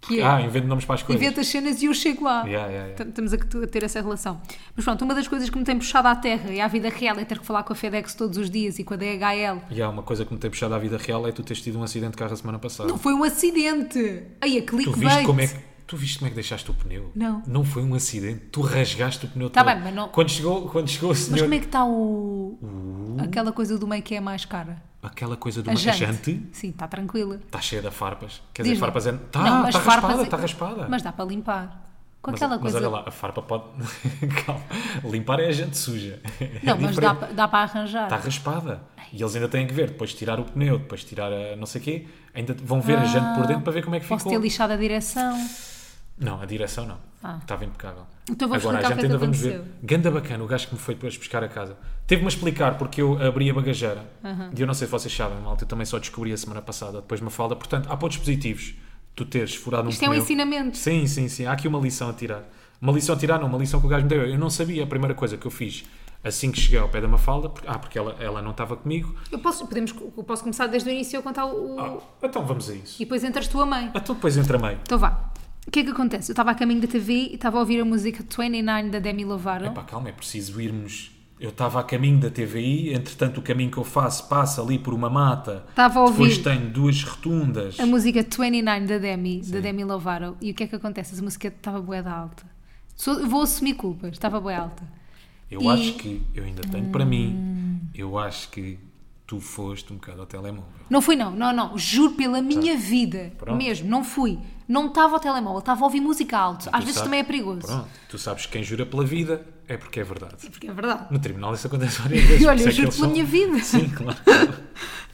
S1: Que é,
S2: Ah, invento nomes para as coisas.
S1: inventa as cenas e eu chego lá.
S2: Yeah, yeah, yeah.
S1: T- Estamos a, que- a ter essa relação. Mas pronto, uma das coisas que me tem puxado à terra e à vida real é ter que falar com a FedEx todos os dias e com a DHL.
S2: E há uma coisa que me tem puxado à vida real é tu teres tido um acidente de carro a semana passada.
S1: Não foi um acidente. Ai, a
S2: Tu
S1: clickbait.
S2: viste, como é que, tu viste como é que deixaste o pneu?
S1: Não.
S2: Não foi um acidente, tu rasgaste o pneu
S1: Tá
S2: todo.
S1: bem, mas não-
S2: Quando chegou, quando chegou o senhor...
S1: Mas como é que está o... Aquela coisa do meio que é a mais cara?
S2: Aquela coisa Uh. do
S1: A jante.
S2: manchante
S1: Sim, está tranquila.
S2: está cheia de farpas. Quer
S1: Diz-me.
S2: dizer, farpas é... Está,
S1: Não, mas
S2: está
S1: farpas
S2: raspada,
S1: é-
S2: está raspada.
S1: Mas dá para limpar. Com
S2: Mas-
S1: aquela
S2: mas
S1: coisa...
S2: olha lá, a farpa pode... Calma, limpar é a gente suja. É
S1: Não, mas
S2: diferente. Tá,
S1: dá, pa- dá para arranjar.
S2: Está raspada. E eles ainda têm que ver, depois tirar o pneu, depois tirar a não sei o quê, ainda vão ver a gente por dentro para ver como é que
S1: Ah. Posso
S2: ficou.
S1: ter lixado a direção.
S2: Não, a direção não.
S1: Ah.
S2: Estava impecável.
S1: Então vou
S2: Agora a
S1: explicar
S2: gente
S1: o que é
S2: ainda
S1: que
S2: vamos ver.
S1: aconteceu.
S2: Ganda bacana, o gajo que me foi depois buscar a casa. Teve-me a explicar porque eu abri a bagageira. E eu não sei se vocês sabem, malta, eu também só descobri a semana passada, depois me falda. Portanto, há poucos positivos tu teres furado
S1: Isto
S2: um
S1: é um
S2: pneu.
S1: ensinamento.
S2: Sim, sim, sim. Há aqui uma lição a tirar. Uma lição a tirar, não, uma lição que o gajo me deu. Eu não sabia a primeira coisa que eu fiz assim que cheguei ao pé da Mafalda, porque, ah, porque ela, ela não estava comigo.
S1: Eu posso, podemos, eu posso começar desde o início a contar o...
S2: Ah, então vamos a isso.
S1: E depois entras tu a mãe.
S2: Então depois entra meio.
S1: Então vá. O que é que acontece? Eu estava a caminho da TV e estava a ouvir a música 29 da Demi Lovato.
S2: Epá, calma, é preciso irmos. Eu estava a caminho da TVI, entretanto o caminho que eu faço passa ali por uma mata.
S1: Estava a ouvir.
S2: Depois tenho duas rotundas.
S1: A música 29 da Demi, da Demi Lovato. E o que é que acontece? Essa música estava bué da alta. Sou- vou assumir culpas, estava bué alta.
S2: Eu
S1: E- Hum.
S2: acho que, eu ainda tenho para mim, eu acho que tu foste um bocado ao telemóvel.
S1: Não fui não, não, não. Juro pela minha vida.
S2: Tá. Pronto.
S1: Mesmo, não fui. Não estava ao telemóvel, estava a ouvir música alto. Às
S2: Tu
S1: vezes
S2: sabes-
S1: também é perigoso.
S2: Pronto, tu sabes que quem jura pela vida é porque é verdade.
S1: Porque é verdade.
S2: No tribunal isso acontece várias vezes.
S1: olha, eu
S2: por isso é que
S1: juro
S2: eles
S1: pela
S2: são-
S1: minha vida.
S2: Sim, claro.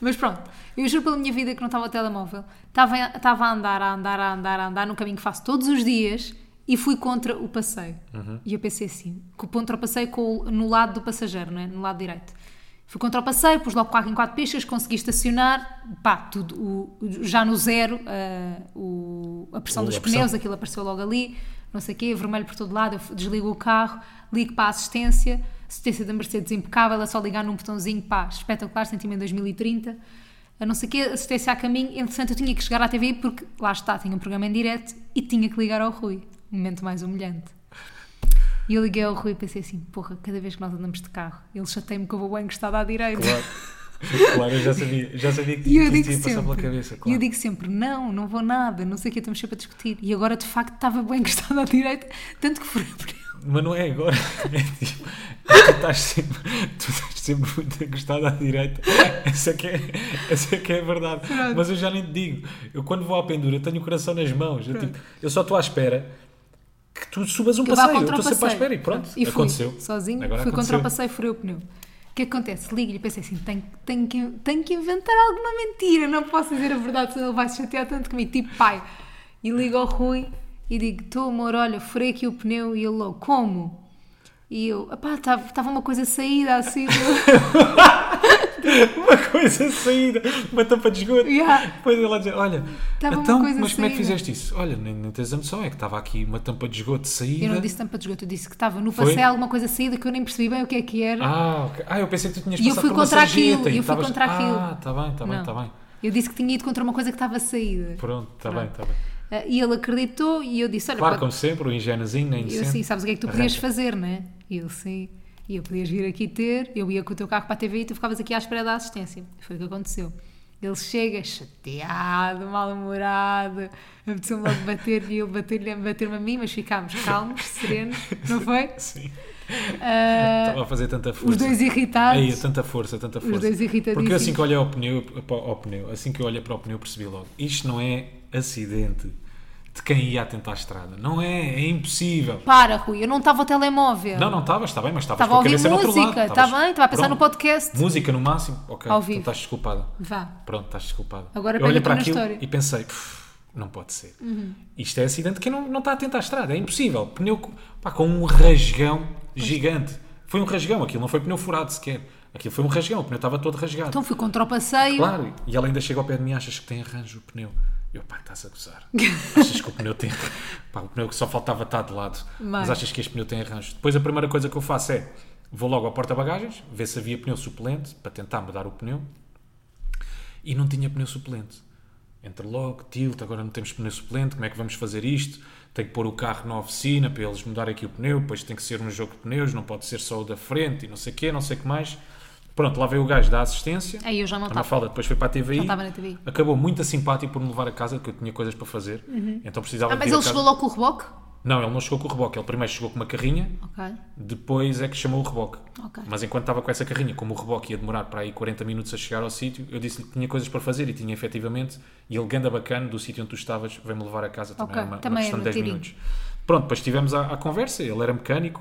S1: Mas pronto, eu juro pela minha vida que não estava ao telemóvel. Estava, estava a andar, a andar, a andar, a andar no caminho que faço todos os dias e fui contra o passeio.
S2: Uhum.
S1: E eu pensei assim, que contra o passeio com o- no lado do passageiro, não é? No lado direito. Fui contra o passeio, pus logo quatro em quatro pistas, consegui estacionar, pá, tudo, o- o- já no zero, ah, o- a pressão
S2: O-
S1: dos
S2: a
S1: pneus,
S2: pressão.
S1: aquilo apareceu logo ali, não sei o quê, vermelho por todo lado, eu f- desligo o carro, ligo para a assistência, assistência da Mercedes impecável, é só ligar num botãozinho, pá, espetacular, senti-me em 2030, a não sei o quê, assistência a caminho, entretanto eu tinha que chegar à TV porque lá está, tinha um programa em direto e tinha que ligar ao Rui, um momento mais humilhante. E eu liguei ao Rui e pensei assim, porra, cada vez que nós andamos de carro, ele chateia-me que eu vou bem encostado à direita.
S2: claro. Claro, eu já sabia, já sabia que,
S1: E eu
S2: que
S1: digo
S2: isso
S1: sempre,
S2: ia passar Tipo, pela cabeça.
S1: e eu
S2: Claro.
S1: digo sempre, não, não vou nada, não sei o que, estamos sempre a discutir. E agora, de facto, estava bem encostado à direita, tanto que fui por ele.
S2: Mas não é agora. É tipo, tu estás sempre, tu estás sempre muito encostado à direita. Essa que é, essa que é a verdade. Mas eu já nem te digo. Eu quando vou à pendura tenho o coração nas mãos. Eu, tipo, eu só estou à espera que tu subas um
S1: Que eu vá
S2: passeio. Eu
S1: contra o
S2: estou sempre à
S1: passeio.
S2: espera e pronto.
S1: E fui,
S2: aconteceu.
S1: sozinho,
S2: Agora
S1: fui contra
S2: aconteceu.
S1: o passeio, furei o pneu. O que é que acontece? Ligo-lhe e pensei assim, tenho, tenho, que, tenho que inventar alguma mentira, não posso dizer a verdade, senão ele vai se chatear tanto comigo, tipo pai. E ligo ao Rui e digo, tu amor, olha, furei aqui o pneu e ele logo, como? E eu, pá, estava uma coisa saída assim, do-
S2: Uma coisa saída, uma tampa de esgoto.
S1: Yeah.
S2: Depois ele lá dizer: Olha,
S1: Tava uma
S2: então, mas
S1: coisa
S2: como é
S1: saída."
S2: que fizeste isso? Olha, nem, nem tens a noção, é que estava aqui uma tampa de esgoto saída.
S1: eu não disse tampa de esgoto, eu disse que estava no
S2: Foi?
S1: passeio alguma coisa saída que eu nem percebi bem o que é que era.
S2: Ah, ok. Ah, eu pensei que tu tinhas
S1: E eu
S2: passado
S1: fui
S2: por uma
S1: contra aquilo,
S2: sarjeta
S1: eu
S2: e
S1: fui
S2: estavas-
S1: contra aquilo.
S2: Ah, está bem, está bem,
S1: Não.
S2: está bem.
S1: Eu disse que tinha ido contra uma coisa que estava saída.
S2: Pronto, está bem, está bem.
S1: Ah, E ele acreditou e eu disse: Olha,
S2: Claro,
S1: pode-
S2: como sempre, o ingênuozinho, nem
S1: eu
S2: sempre.
S1: assim, sabes o que é que tu podias
S2: Arranca.
S1: fazer, né? E ele sim. E eu podias vir aqui ter, eu ia com o teu carro para a TV e tu ficavas aqui à espera da assistência. Foi o que aconteceu. Ele chega chateado, mal-humorado, apeteceu-me logo bater-lhe e ele bater-lhe- bater-me a mim, mas ficámos calmos, serenos, não foi?
S2: Sim. Então,
S1: Ah,
S2: Estava a fazer tanta força.
S1: os dois irritados.
S2: Aí, tanta força, tanta força.
S1: dois irritadíssimos.
S2: Porque assim que olhei ao pneu, pa- ao pneu, assim que eu olhei para o pneu, percebi logo: isto não é acidente de quem ia tentar a estrada. Não é, é impossível.
S1: Para, Rui, eu não estava ao telemóvel.
S2: Não, não estavas, está bem, mas estavas
S1: É. Estava
S2: com
S1: a
S2: a
S1: ouvir
S2: cabeça no outro
S1: música,
S2: lado.
S1: está bem? Estava a pensar no
S2: Pronto.
S1: podcast.
S2: Música no máximo, ok,
S1: Ao
S2: então
S1: vivo.
S2: estás desculpada.
S1: Vá.
S2: Pronto, estás desculpada.
S1: Agora
S2: eu
S1: pega
S2: olhei
S1: tu
S2: para
S1: na
S2: aquilo
S1: história. Uhum.
S2: e pensei, "Pff, não pode ser. Isto é acidente que não, não está atento à estrada, é impossível. Pneu co- pá, com um rasgão gigante. Foi um rasgão, aquilo não foi pneu furado sequer. Aquilo foi um rasgão, o pneu estava todo rasgado.
S1: Então fui contra o passeio.
S2: Claro, e ela ainda chega ao pé de mim achas que tem arranjo o pneu. Eu, pá, estás a gozar. Achas que o pneu tem. Pá, o pneu que só faltava estar de lado. Mas
S1: Mais.
S2: achas que este pneu tem arranjo? Depois a primeira coisa que eu faço é vou logo ao porta-bagagens, ver se havia pneu suplente para tentar mudar o pneu. E não tinha pneu suplente. Entra logo, tilt, agora não temos pneu suplente, como é que vamos fazer isto? Tem que pôr o carro na oficina para eles mudarem aqui o pneu, depois tem que ser um jogo de pneus, não pode ser só o da frente e não sei o quê, não sei o que mais. Pronto, lá veio o gajo da assistência.
S1: Aí eu já não
S2: A
S1: estava.
S2: Mafalda depois foi para a TVI.
S1: Já estava na TVI.
S2: Acabou muito simpático por me levar a casa, que eu tinha coisas para fazer. Então precisava
S1: Ah, mas
S2: de ir a
S1: ele chegou
S2: casa.
S1: logo com o reboque?
S2: Não, ele não chegou com o reboque. Ele primeiro chegou com uma carrinha,
S1: Ok.
S2: depois é que chamou o reboque.
S1: Ok.
S2: Mas enquanto estava com essa carrinha, como o reboque ia demorar para aí 40 minutos a chegar ao sítio, eu disse-lhe que tinha coisas para fazer e tinha efetivamente. E ele, ganda bacana, do sítio onde tu estavas, veio-me levar a casa também.
S1: Ok,
S2: era Uma,
S1: também
S2: uma questão
S1: era
S2: de 10
S1: tirinho.
S2: minutos. Pronto, depois tivemos a, a conversa. Ele era mecânico,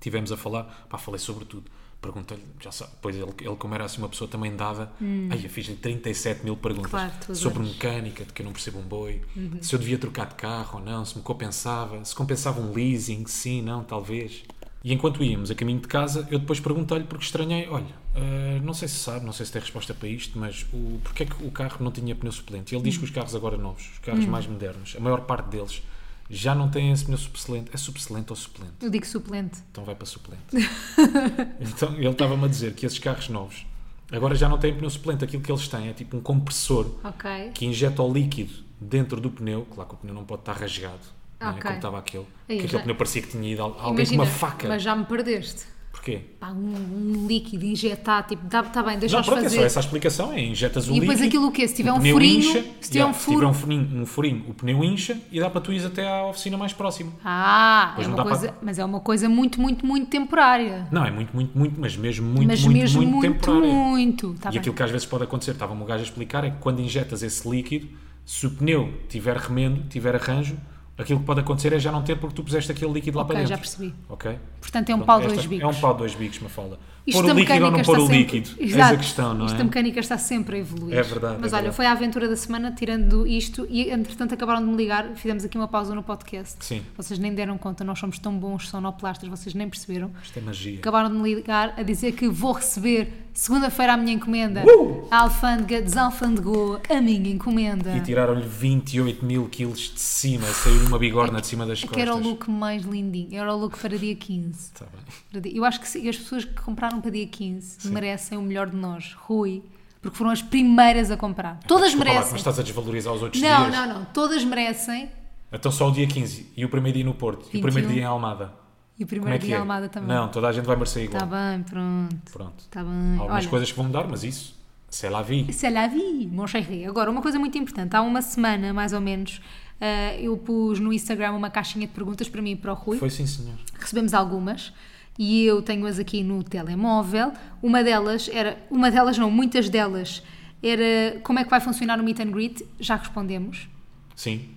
S2: tivemos a falar, pá, falei sobre tudo. Perguntei-lhe, já sabe, pois ele, ele como era assim uma pessoa também dada, aí eu fiz-lhe 37 mil perguntas
S1: Claro, tu
S2: sobre mecânica, de que eu não percebo um boi, se eu devia trocar de carro ou não, se me compensava, se compensava um leasing, sim, não, talvez. E enquanto íamos a caminho de casa, eu depois perguntei-lhe, porque estranhei, olha, ah, não sei se sabe, não sei se tem resposta para isto, mas o, porque é que o carro não tinha pneu suplente? Ele diz que os carros agora novos, os carros mais modernos, a maior parte deles, já não têm esse pneu suplente. É subselente ou suplente?
S1: Eu digo suplente.
S2: Então vai para suplente. então ele estava-me a dizer que esses carros novos agora já não têm pneu suplente. Aquilo que eles têm é tipo um compressor
S1: Ok.
S2: que injeta o líquido dentro do pneu. Claro que o pneu não pode estar rasgado, não é?
S1: Ok.
S2: como estava aquele.
S1: Aí,
S2: que aquele
S1: já-
S2: pneu parecia que tinha ido al- alguém com uma faca.
S1: Mas já me perdeste.
S2: Porquê?
S1: Pá, um, um líquido injetado, tipo, tá, tá bem,
S2: Não,
S1: deixa-os
S2: pronto, é só
S1: fazer.
S2: essa a explicação, é injetas o
S1: E
S2: líquido.
S1: depois aquilo o quê? Se tiver um
S2: pneu
S1: furinho, se
S2: incha,
S1: tiver um
S2: se tiver
S1: furo-
S2: um furinho, um furinho, o pneu incha e dá para tu ires até à oficina mais próxima.
S1: Ah,
S2: Pois
S1: é
S2: não
S1: uma
S2: dá pra-
S1: coisa, mas é uma coisa muito, muito, muito temporária.
S2: Não, é muito, muito, muito, mas mesmo muito,
S1: mas
S2: muito,
S1: mesmo
S2: muito,
S1: muito,
S2: temporário.
S1: muito. Tá
S2: e
S1: bem.
S2: aquilo que às vezes pode acontecer, estava-me um gajo a explicar, é que quando injetas esse líquido, se o pneu tiver remendo, tiver arranjo, aquilo que pode acontecer é já não ter porque tu puseste aquele líquido lá
S1: Ok,
S2: para dentro.
S1: já percebi.
S2: Ok?
S1: Portanto, é um
S2: Pronto,
S1: pau de
S2: esta-
S1: dois bicos.
S2: É um pau de dois bicos, Mafalda.
S1: Isto
S2: Pôr o
S1: da
S2: líquido ou não
S1: mecânica
S2: pôr o
S1: está
S2: líquido?
S1: Sempre...
S2: Eis
S1: Exato.
S2: a questão, não
S1: Isto
S2: é?
S1: da mecânica está sempre a evoluir.
S2: É verdade,
S1: Mas olha,
S2: é verdade.
S1: foi a aventura da semana, tirando isto, e entretanto acabaram de me ligar, fizemos aqui uma pausa no podcast.
S2: Sim.
S1: Vocês nem deram conta, nós somos tão bons sonoplastas, vocês nem perceberam.
S2: Isto é magia.
S1: Acabaram de me ligar a dizer que vou receber segunda-feira a minha encomenda.
S2: Uh!
S1: A alfândega desalfandegou a minha encomenda.
S2: E tiraram-lhe 28 mil quilos de cima, saiu-lhe uma bigorna de cima das
S1: É Que
S2: costas.
S1: era o look mais lindinho. Era o look para dia 15.
S2: Está bem.
S1: Para dia- Eu acho que sim, as pessoas que compraram para dia 15 merecem o melhor de nós, Rui, porque foram as primeiras a comprar. Todas
S2: Desculpa lá, Mas
S1: merecem.
S2: estás a desvalorizar os outros
S1: Não,
S2: dias.
S1: não, não. Todas merecem.
S2: Então só o dia 15 e o primeiro dia no Porto e o primeiro
S1: 21.
S2: dia em Almada.
S1: E um. o
S2: Como
S1: primeiro
S2: é
S1: de
S2: que é?
S1: Almada também.
S2: Não, toda a gente vai merecer igual.
S1: Está bem, pronto.
S2: Pronto.
S1: Está bem.
S2: Há algumas
S1: Hum, Olha,
S2: coisas que vão mudar, mas isso, sei lá, vi.
S1: C'est la vie, mon chéri. Agora, uma coisa muito importante. Há uma semana, mais ou menos, eh, eu pus no Instagram uma caixinha de perguntas para mim e para o Rui.
S2: Foi sim, senhor.
S1: Recebemos algumas e eu tenho-as aqui no telemóvel. Uma delas era, uma delas não, muitas delas era como é que vai funcionar o meet and greet? Já respondemos.
S2: Sim.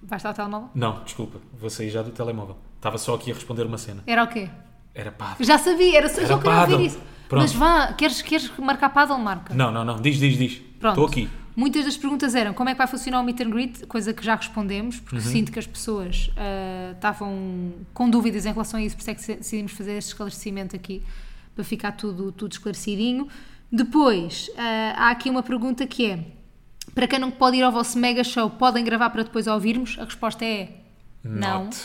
S1: Vai estar o telemóvel?
S2: Não, desculpa, vou sair já do telemóvel. Estava só aqui a responder uma cena.
S1: Era o quê?
S2: Era pá.
S1: Já sabia, era só, eu
S2: Era
S1: só queria ouvir
S2: paddle.
S1: isso.
S2: Pronto.
S1: Mas vá, queres, queres marcar paddle, marca.
S2: Não, não, não. Diz, diz, diz.
S1: Pronto.
S2: Estou aqui.
S1: Muitas das perguntas eram como é que vai funcionar o meet and greet, coisa que já respondemos, porque
S2: Uhum.
S1: sinto que as pessoas ah, estavam com dúvidas em relação a isso, por isso é que decidimos fazer este esclarecimento aqui, para ficar tudo, tudo esclarecidinho. Depois, ah, há aqui uma pergunta que é: para quem não pode ir ao vosso mega show, podem gravar para depois ouvirmos? A resposta é não.
S2: Not.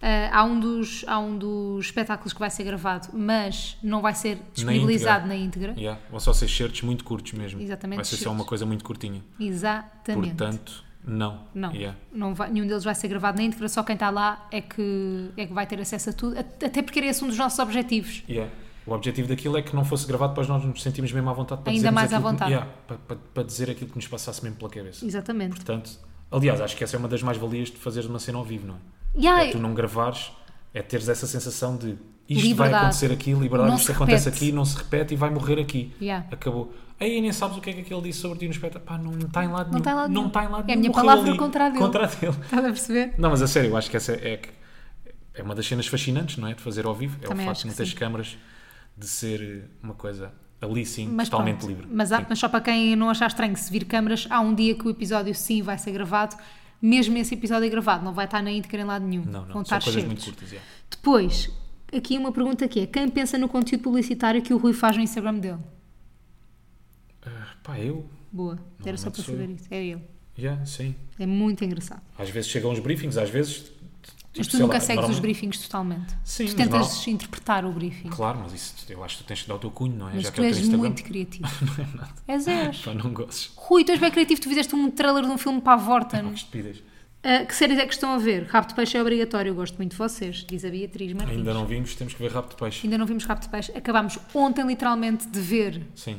S1: Ah, há, um dos, há um dos espetáculos que vai ser gravado, mas não vai ser disponibilizado na íntegra.
S2: Yeah, Vão só ser shirts muito curtos mesmo.
S1: Exatamente,
S2: Vai ser só
S1: shirts.
S2: uma coisa muito curtinha.
S1: Exatamente.
S2: Portanto, não.
S1: Não,
S2: Yeah.
S1: não vai- nenhum deles vai ser gravado na íntegra, só quem está lá é que, é que vai ter acesso a tudo, at- até porque era esse um dos é nossos objetivos.
S2: Yeah. O objetivo daquilo é que não fosse gravado, depois nós nos sentimos mesmo à vontade para
S1: Ainda
S2: dizermos
S1: mais à
S2: aquilo que-
S1: vontade.
S2: yeah, para, para- para dizer aquilo que nos passasse mesmo pela cabeça.
S1: Exatamente.
S2: Portanto, aliás, acho que essa é uma das mais-valias de fazeres uma cena ao vivo, não é?
S1: Yeah,
S2: É tu não gravares, é teres essa sensação de isto
S1: Liberdade.
S2: vai acontecer aqui, liberdade,
S1: Não
S2: isto
S1: se
S2: acontece
S1: repete.
S2: aqui, não se repete e vai morrer aqui.
S1: Yeah.
S2: Acabou. Aí nem sabes o que é que aquele disse sobre ti no espetáculo. Pá, não está em lado
S1: Não
S2: nenhum.
S1: está em lado nenhum.
S2: está em lado
S1: É a
S2: nenhum,
S1: minha
S2: morreu
S1: palavra
S2: ali,
S1: contra a dele.
S2: Contra a dele.
S1: Estás a perceber?
S2: Não, mas a sério, eu acho que essa é, que- é uma das cenas fascinantes, não é? De fazer ao vivo. É
S1: Também
S2: o
S1: acho
S2: facto de não
S1: que
S2: teres
S1: sim.
S2: câmaras, de ser uma coisa ali sim,
S1: Mas
S2: totalmente
S1: pronto.
S2: livre.
S1: Mas, há-
S2: Sim.
S1: mas só para quem não achar estranho, se vir câmaras, há um dia que o episódio sim vai ser gravado. Mesmo esse episódio é gravado, não vai estar na íntegra em lado nenhum.
S2: Não, não,
S1: Vão
S2: são
S1: estar
S2: coisas muito
S1: certos.
S2: curtas. yeah.
S1: Depois, aqui uma pergunta que é: quem pensa no conteúdo publicitário que o Rui faz no Instagram dele?
S2: Ah, pá, eu?
S1: Boa, era só
S2: Normalmente
S1: para
S2: sou
S1: saber
S2: eu.
S1: isso. É ele.
S2: Yeah, sim.
S1: É muito engraçado.
S2: Às vezes chegam os briefings, às vezes. tipo,
S1: Mas tu
S2: sei
S1: nunca
S2: lá,
S1: segues
S2: normal-
S1: os briefings totalmente.
S2: Sim,
S1: tu
S2: mas
S1: tentas
S2: normal-
S1: interpretar o briefing.
S2: Claro, mas isso eu acho que tu tens que dar o teu cunho, não é?
S1: Mas
S2: Já que
S1: tu
S2: é o
S1: és
S2: teu Instagram. é
S1: muito criativo. és és.
S2: Pá, não gosses.
S1: Rui, tu és bem criativo, tu fizeste um trailer de um filme para a
S2: Pá,
S1: Vorten.
S2: que estupidez.
S1: Ah, que séries é que estão a ver? Rabo de Peixe é obrigatório, eu gosto muito de vocês, diz a Beatriz Martins.
S2: Ainda não vimos, temos que ver rápido peixe.
S1: Ainda não vimos Rabo de Peixe. Acabámos ontem, literalmente, de ver
S2: Sim.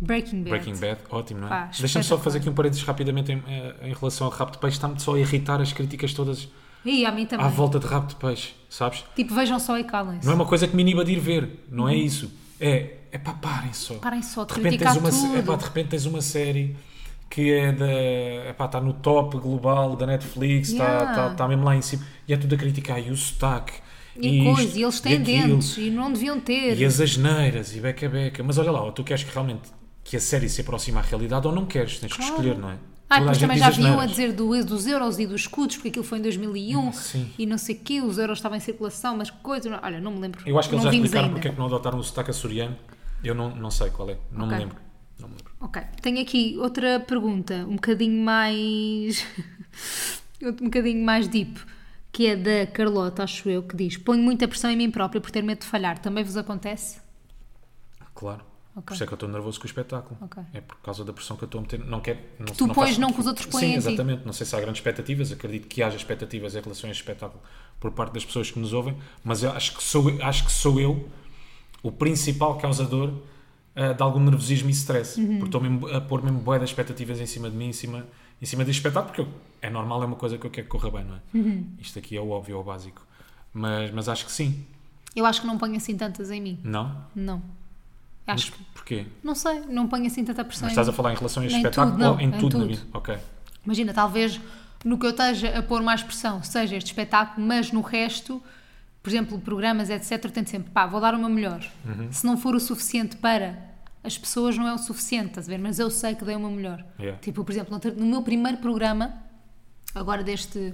S1: Breaking Bad.
S2: Breaking Bad, ótimo, não
S1: Pá,
S2: é? Deixa-me só
S1: espetacular.
S2: fazer aqui um parênteses rapidamente em, eh, em relação ao rap de peixe. Está-me só a irritar as críticas todas
S1: E a mim também.
S2: à volta de rap de peixe, sabes?
S1: Tipo, vejam só e calem-se.
S2: Não é uma coisa que me iniba de ir ver, não é isso. É, é pá, parem só.
S1: Parem só de
S2: de repente,
S1: criticar
S2: tens uma, se-
S1: tudo.
S2: epá, de repente tens uma série que é da. Epá, está no top global da Netflix, está
S1: Yeah.
S2: está- está mesmo lá em cima. E é tudo a criticar. E o sotaque.
S1: E, coisa,
S2: isto,
S1: e eles têm
S2: aquilo,
S1: dentes e não deviam ter.
S2: E as asneiras e beca beca. Mas olha lá, ou tu queres que realmente que a série se aproxime à realidade ou não queres? Tens que
S1: Claro.
S2: escolher, não é?
S1: Ah,
S2: Toda a
S1: depois
S2: gente
S1: também
S2: diz
S1: já viam a
S2: asneiras.
S1: dizer do, dos euros e dos escudos, porque aquilo foi em 2001
S2: Sim.
S1: e não sei o quê, os euros estavam em circulação, mas que coisa. não- Olha, não me lembro.
S2: Eu acho que
S1: não
S2: eles já
S1: vimos
S2: explicaram
S1: ainda.
S2: porque é que não adotaram o sotaque açoriano. Eu não, não sei qual é. Não
S1: Ok.
S2: me lembro. Não me lembro.
S1: Ok, tenho aqui outra pergunta, um bocadinho mais. um bocadinho mais deep, que é da Carlota, acho eu, que diz: Ponho muita pressão em mim própria por ter medo de falhar. Também vos acontece?
S2: Claro.
S1: Ok.
S2: Por isso é que eu estou nervoso com o espetáculo.
S1: Ok.
S2: É por causa da pressão que eu estou a meter. Não quero. Não,
S1: tu
S2: não
S1: pões,
S2: faço-
S1: não que os outros põem em
S2: Sim,
S1: ti.
S2: exatamente. Não sei se há grandes expectativas. Acredito que haja expectativas em relação a este espetáculo por parte das pessoas que nos ouvem. Mas eu acho que sou, acho que sou eu o principal causador ah, de algum nervosismo e stress.
S1: Uhum.
S2: Porque estou mesmo a pôr mesmo boia de expectativas em cima de mim, em cima, em cima deste espetáculo. Porque eu- é normal, é uma coisa que eu quero que corra bem, não é?
S1: Uhum.
S2: Isto aqui é o óbvio, é o básico. Mas, mas acho que sim.
S1: Eu acho que não ponho assim tantas em mim.
S2: Não?
S1: Não. Acho
S2: Mas
S1: que.
S2: porquê?
S1: Não sei, não ponho assim tanta pressão
S2: Mas
S1: em
S2: estás a
S1: mim.
S2: falar em relação a este
S1: Em
S2: espetáculo
S1: tudo, não,
S2: ou em,
S1: em
S2: tudo, na
S1: tudo.
S2: vida? Ok.
S1: Imagina, talvez no que eu esteja a pôr mais pressão seja este espetáculo, mas no resto, por exemplo, programas, etc., eu tento sempre, pá, vou dar o meu melhor. Se não for o suficiente para as pessoas, não é o suficiente, estás a ver? Mas eu sei que dei o meu melhor.
S2: Yeah.
S1: Tipo, por exemplo, no outro- no meu primeiro programa, agora deste,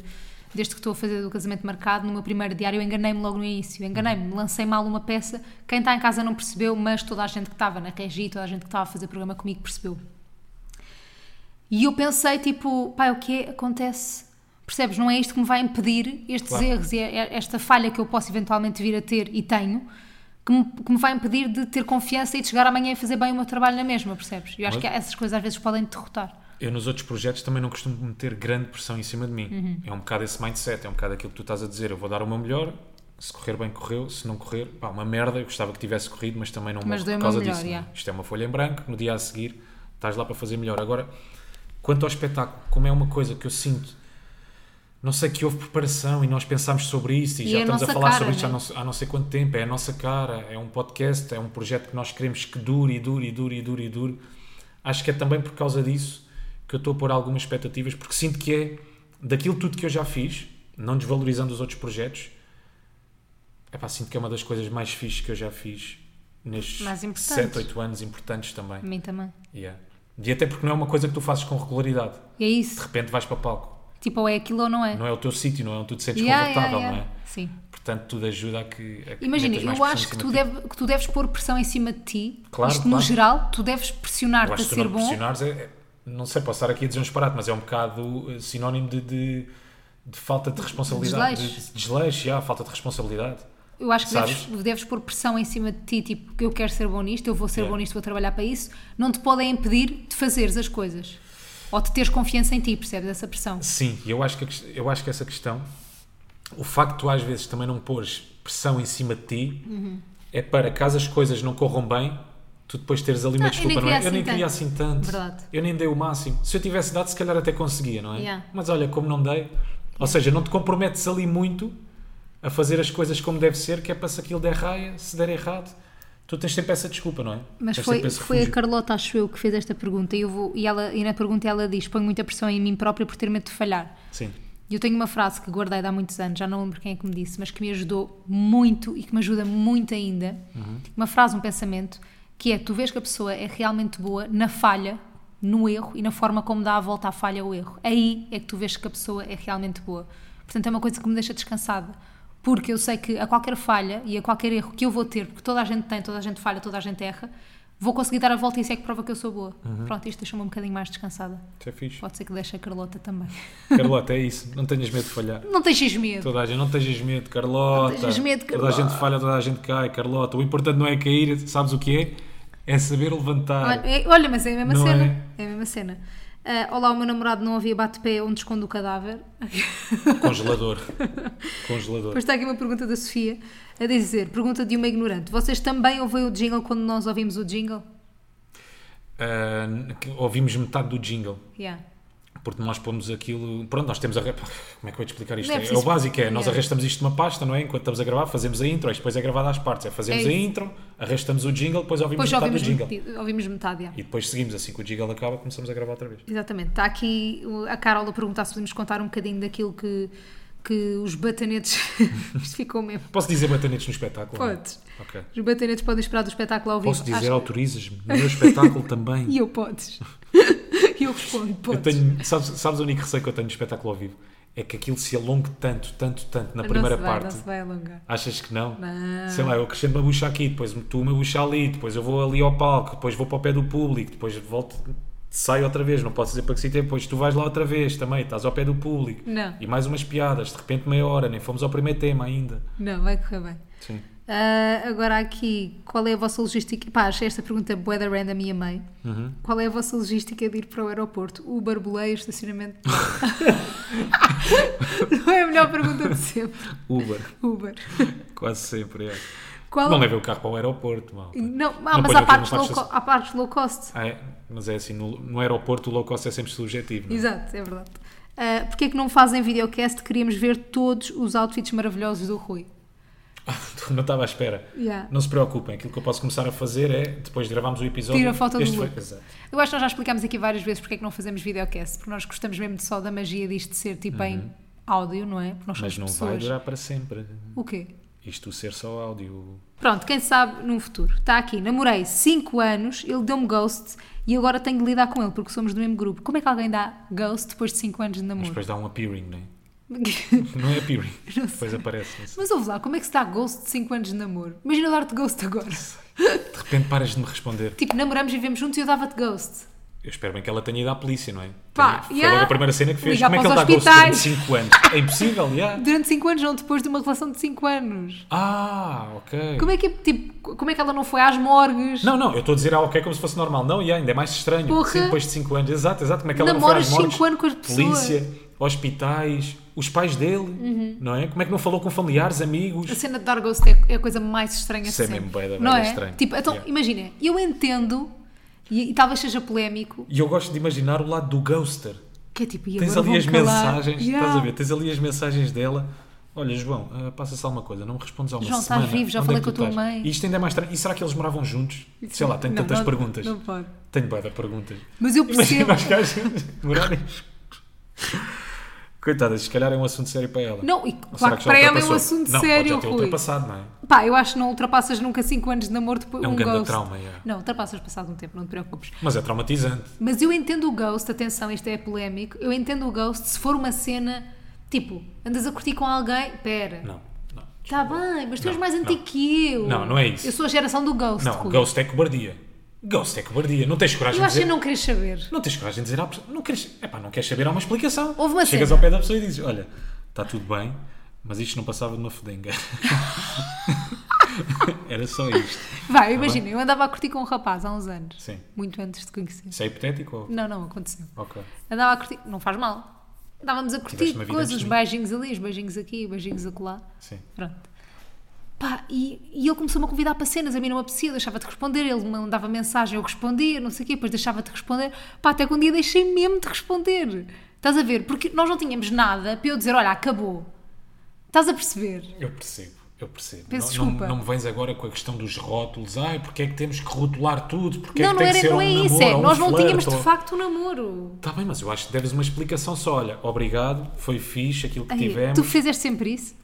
S1: deste que estou a fazer do casamento marcado, no meu primeiro diário, eu enganei-me logo no início. Enganei-me, lancei mal uma peça. Quem está em casa não percebeu, mas toda a gente que estava na regi, toda a gente que estava a fazer programa comigo percebeu. E eu pensei, tipo, pá, o que é? Acontece. Percebes? Não é isto que me vai impedir estes
S2: Claro.
S1: erros e é- é esta falha que eu posso eventualmente vir a ter e tenho, que me, que me vai impedir de ter confiança e de chegar amanhã e fazer bem o meu trabalho na mesma, percebes? Eu acho
S2: Mas-
S1: que essas coisas às vezes podem te derrotar.
S2: Eu nos outros projetos também não costumo meter grande pressão em cima de mim.
S1: Uhum.
S2: É um bocado esse mindset, é um bocado aquilo que tu estás a dizer. Eu vou dar o meu melhor, se correr bem, correu, se não correr, pá, uma merda. Eu gostava que tivesse corrido, mas também não
S1: Mas
S2: morro
S1: dei o
S2: por
S1: meu
S2: causa
S1: melhor,
S2: disso. não é?
S1: yeah.
S2: Isto é uma folha em branco, no dia a seguir estás lá para fazer melhor. Agora, quanto ao espetáculo, como é uma coisa que eu sinto, não sei que houve preparação e nós pensámos sobre isso e,
S1: E
S2: já
S1: é a
S2: estamos a
S1: nossa
S2: falar
S1: cara,
S2: sobre isto
S1: né?
S2: há não sei- há não sei quanto tempo, é a nossa cara, é um podcast, é um projeto que nós queremos que dure e dure e dure e dure e dure. Acho que é também por causa disso que eu estou a pôr algumas expectativas, porque sinto que é daquilo tudo que eu já fiz, não desvalorizando os outros projetos, epá, sinto que é uma das coisas mais fixes que eu já fiz nestes
S1: Mais importantes.
S2: 7, 8 anos importantes também.
S1: A mim também.
S2: Yeah. E até porque não é uma coisa que tu fazes com regularidade.
S1: E é
S2: De
S1: isso.
S2: repente vais para palco.
S1: Tipo, ou é aquilo ou não é.
S2: Não é o teu sítio, não é onde tu te sentes
S1: Yeah,
S2: confortável,
S1: yeah, yeah.
S2: não é?
S1: Sim.
S2: Portanto, tudo ajuda a que. a que
S1: Imagina,
S2: metas mais
S1: eu
S2: pressão
S1: acho
S2: em
S1: que
S2: cima
S1: tu,
S2: de ti.
S1: deve, que tu deves pôr pressão em cima de ti.
S2: Claro,
S1: Isto no
S2: claro.
S1: geral, tu deves
S2: Eu
S1: pressionar-te
S2: acho
S1: a
S2: que tu
S1: ser
S2: não
S1: bom.
S2: pressionares, é- é- não sei, posso estar aqui a dizer um disparate, mas é um bocado eh, sinónimo de, de- de falta de responsabilidade.
S1: desleixo.
S2: De- de desleixo, yeah, falta de responsabilidade.
S1: Eu acho que deves,
S2: Sabes?
S1: deves pôr pressão em cima de ti, tipo, que eu quero ser bom nisto, eu vou ser
S2: Yeah.
S1: bom nisto, vou trabalhar para isso. Não te podem impedir de fazeres as coisas. Ou de teres confiança em ti, percebes essa pressão?
S2: Sim, e eu acho que, a ques- eu acho que
S1: Uhum.
S2: essa questão, o facto de tu às vezes também não pôres pressão em cima de ti, é para caso as coisas não corram bem, tu depois teres ali uma
S1: Não, eu
S2: desculpa,
S1: nem
S2: não é?
S1: queria
S2: eu nem
S1: assim
S2: queria
S1: tanto.
S2: assim tanto.
S1: Verdade.
S2: Eu nem dei o máximo. Se eu tivesse dado, se calhar até conseguia, não é?
S1: Yeah.
S2: Mas olha, como não dei. Ou seja, não te comprometes ali muito a fazer as coisas como deve ser, que é para se aquilo der raia, se der errado, tu tens sempre essa desculpa, não é?
S1: Mas
S2: Tens
S1: foi,
S2: sempre esse
S1: foi a
S2: refúgio.
S1: Carlota, acho eu, que fez esta pergunta e, eu vou, e, ela, e na pergunta ela diz: Põe muita pressão em mim própria por ter medo de falhar.
S2: Sim.
S1: E eu tenho uma frase que guardei de há muitos anos, já não lembro quem é que me disse, mas que me ajudou muito e que me ajuda muito ainda. Uma frase, um pensamento, que é: tu vês que a pessoa é realmente boa na falha, no erro e na forma como dá a volta à falha ou erro. Aí é que tu vês que a pessoa é realmente boa. Portanto, é uma coisa que me deixa descansada. Porque eu sei que a qualquer falha e a qualquer erro que eu vou ter, porque toda a gente tem, toda a gente falha, toda a gente erra, vou conseguir dar a volta e isso é que prova que eu sou boa. Pronto, isto deixa-me um bocadinho mais descansada.
S2: Isso é fixe.
S1: Pode ser que deixe a Carlota também.
S2: Carlota, é isso. Não tenhas medo de falhar.
S1: Não deixes medo.
S2: Toda a gente, não tenhas medo, Carlota.
S1: Não tenhas medo, Carlota.
S2: Toda a gente falha, toda a gente cai, Carlota. O importante não é cair, sabes o que é? É saber levantar.
S1: Olha, é- olha, mas é a mesma
S2: Não
S1: cena. É? a mesma cena. Ah, olá, o meu namorado não havia bate-pé onde esconde o cadáver.
S2: Congelador. Congelador.
S1: Depois está aqui uma pergunta da Sofia a dizer: pergunta de uma ignorante. Vocês também ouvem o jingle quando nós ouvimos o jingle?
S2: Ah, que ouvimos metade do jingle.
S1: Yeah.
S2: Porque nós pomos aquilo. Pronto, nós temos a. re- Como é que eu vou te explicar isto?
S1: Não é
S2: É,
S1: preciso-
S2: o básico, é nós
S1: É.
S2: arrastamos isto numa pasta, não é? Enquanto estamos a gravar, fazemos a intro, isto depois é gravado às partes. É fazemos
S1: É
S2: a
S1: isso.
S2: intro, arrastamos o jingle, depois ouvimos
S1: Depois
S2: metade
S1: ouvimos,
S2: do jingle.
S1: meti- ouvimos metade. yeah.
S2: E depois seguimos, assim que o jingle acaba, começamos a gravar outra vez.
S1: Exatamente. Está aqui o- a Carol a perguntar se podemos contar um bocadinho daquilo que, que os batanetes. Isto ficou mesmo.
S2: Posso dizer batanetes no espetáculo? não é?
S1: Podes.
S2: Ok.
S1: Os batanetes podem esperar do espetáculo ao vivo.
S2: Posso dizer,
S1: Acho-
S2: autorizas-me? No meu espetáculo também.
S1: E eu podes. E eu respondo: podes.
S2: Eu tenho, sabes, sabes o único receio que eu tenho de espetáculo ao vivo? É que aquilo se alongue tanto, tanto, tanto na primeira
S1: não se vai,
S2: parte.
S1: Não se vai alongar.
S2: Achas que não?
S1: Não.
S2: Sei lá, eu acrescento uma bucha aqui, depois tu uma bucha ali, depois eu vou ali ao palco, depois vou para o pé do público, depois volto, saio outra vez, não posso dizer para que sítio, é, depois tu vais lá outra vez também, estás ao pé do público.
S1: Não.
S2: E mais umas piadas, de repente meia hora, nem fomos ao primeiro tema ainda.
S1: Não, vai correr bem.
S2: Sim.
S1: Ah, agora aqui, qual é a vossa logística? Pá, achei esta pergunta bué da random e amei.
S2: Uhum.
S1: Qual é a vossa logística de ir para o aeroporto? Uber, boleia, estacionamento? Não é a melhor pergunta de sempre.
S2: Uber,
S1: Uber.
S2: quase sempre é.
S1: Qual...
S2: Não levei o carro para o aeroporto, mal.
S1: Não, ah, mas
S2: ponho
S1: há
S2: aquilo
S1: parques,
S2: no
S1: low
S2: parque
S1: co- há parques low cost.
S2: Ah, é? Mas é assim, no, no aeroporto o low cost é sempre subjetivo. não é?
S1: Exato, é verdade. Ah, Porquê é que não fazem videocast? Queríamos ver todos os outfits maravilhosos do Rui.
S2: Não estava à espera.
S1: Yeah.
S2: Não se preocupem, aquilo que eu posso começar a fazer é, depois de gravarmos o episódio...
S1: Tira a foto do
S2: este foi-
S1: look.
S2: Exato.
S1: Eu acho que nós já explicámos aqui várias vezes porque é que não fazemos videocast, porque nós gostamos mesmo de só da magia disto ser tipo em áudio, não é? Porque nós
S2: Uhum. Mas
S1: somos
S2: não vai
S1: pessoas.
S2: durar para sempre.
S1: O quê?
S2: Isto ser só áudio.
S1: Pronto, quem sabe num futuro. Está aqui, namorei 5 anos, ele deu-me ghost e agora tenho de lidar com ele porque somos do mesmo grupo. Como é que alguém dá ghost depois de 5 anos de
S2: Mas
S1: namoro?
S2: depois dá um appearing, não é? Não é appearing. depois aparece. não sei.
S1: Mas ouve lá, como é que se dá ghost de 5 anos de namoro? Imagina eu dar-te ghost agora.
S2: De repente paras de me responder.
S1: Tipo, namoramos e vivemos juntos e eu dava-te ghost.
S2: Eu espero bem que ela tenha ido à polícia, não é?
S1: Pá,
S2: Tenha- Foi
S1: yeah.
S2: logo a primeira cena que fez.
S1: Ligar
S2: Como é que
S1: para
S2: ele
S1: os
S2: dá gosto durante
S1: hospitais.
S2: 5 anos? É impossível, yeah.
S1: Durante 5 anos, não depois de uma relação de 5 anos.
S2: Ah, ok.
S1: Como é que, tipo, como é que ela não foi às morgues?
S2: Não, não, eu estou a dizer ah, ok, como se fosse normal. Não, yeah, ainda é mais estranho.
S1: Porra.
S2: Sim, depois de 5 anos. Exato, exato. Como é que ela não foi
S1: Namoras
S2: às mortes?
S1: cinco anos com as pessoas.
S2: Polícia, hospitais, os pais dele,
S1: Uhum.
S2: não é? Como é que não falou com familiares, amigos?
S1: A cena de dar ghost é- é a coisa mais estranha
S2: Isso é
S1: de sempre.
S2: mesmo bué da- bué
S1: não
S2: da
S1: é?
S2: estranho.
S1: Tipo, então,
S2: Yeah.
S1: imagina, eu entendo, e, e talvez seja polémico,
S2: E eu gosto de imaginar o lado do ghoster.
S1: que é tipo, e
S2: Tens
S1: agora
S2: ali as
S1: vão calar.
S2: mensagens,
S1: Yeah.
S2: estás a ver? Tens ali as mensagens dela. Olha, João, ah, passa-se alguma coisa, não me respondes há uma
S1: João, estás
S2: semana.
S1: vivo, já
S2: Onde
S1: falei
S2: que
S1: com a
S2: tu
S1: tua
S2: estás?
S1: mãe.
S2: E isto ainda é mais estranho. E será que eles moravam juntos?
S1: Isso
S2: Sei
S1: não-
S2: lá, tenho
S1: não,
S2: tantas
S1: não-
S2: perguntas.
S1: Não pode.
S2: Tenho bué de perguntas.
S1: Mas eu percebo.
S2: Imagina as gajas morarem. Coitadas, se calhar é um assunto sério para ela.
S1: Não, e claro
S2: Ou será
S1: que
S2: já
S1: para ela é um
S2: ultrapassou?
S1: assunto
S2: não,
S1: sério,
S2: Pode já ter
S1: Rui.
S2: ultrapassado, não é?
S1: Pá, eu acho que não ultrapassas nunca 5 anos de namoro depois
S2: É um
S1: um
S2: grande
S1: ghost.
S2: trauma, yeah.
S1: Não, ultrapassas passado um tempo, não te preocupes.
S2: Mas é traumatizante.
S1: Mas eu entendo o ghost, atenção, isto é polémico. Eu entendo o ghost se for uma cena tipo, andas a curtir com alguém, pera.
S2: Não, não.
S1: Está Tá bem, mas tu és
S2: Não,
S1: mais
S2: não.
S1: antigo que eu.
S2: Não, não é isso.
S1: Eu sou a geração do Ghost.
S2: Não,
S1: Rui.
S2: ghost é cobardia. Ghost é cobardia. Não tens coragem
S1: Eu
S2: de
S1: acho que
S2: dizer. Tá
S1: não queres saber.
S2: Não tens coragem de dizer à pessoa. Não queres, epá, não queres saber, há uma explicação.
S1: Houve uma
S2: Chegas
S1: cena.
S2: ao pé da pessoa e dizes: Olha, está tudo bem, mas isto não passava de uma fedenga. Era só isto.
S1: Vai, imagina, eu andava a curtir com um rapaz há uns anos.
S2: Sim.
S1: Muito antes de conhecer.
S2: Isso é hipotético? Ou...
S1: Não, não, aconteceu.
S2: Ok.
S1: Andava a curtir, não faz mal. Andávamos a curtir
S2: Tiveste uma vida
S1: coisas,
S2: antes
S1: os
S2: de mim.
S1: beijinhos ali, os beijinhos aqui, os beijinhos acolá.
S2: Sim.
S1: Pronto. Pá, e, e ele começou-me a convidar para cenas, a mim não me apetecia, eu deixava de responder, ele me mandava mensagem, eu respondia, não sei o quê, depois deixava de responder, pá, até que um dia deixei mesmo de responder. Estás a ver? Porque nós não tínhamos nada para eu dizer, olha, acabou. Estás a perceber?
S2: Eu percebo, eu percebo.
S1: Peço
S2: não,
S1: desculpa.
S2: Não, não me vens agora com a questão dos rótulos. Ai, porque é que temos que rotular tudo? Porque é
S1: não,
S2: que
S1: não,
S2: tem
S1: era,
S2: que ser
S1: não
S2: um
S1: é
S2: namoro,
S1: isso, é,
S2: ou um
S1: nós não tínhamos
S2: flerte,
S1: de
S2: ou-
S1: facto um namoro.
S2: Tá bem, mas eu acho que deves uma explicação só. Olha, obrigado, foi fixe aquilo que
S1: Ai,
S2: tivemos.
S1: tu fizeste sempre isso?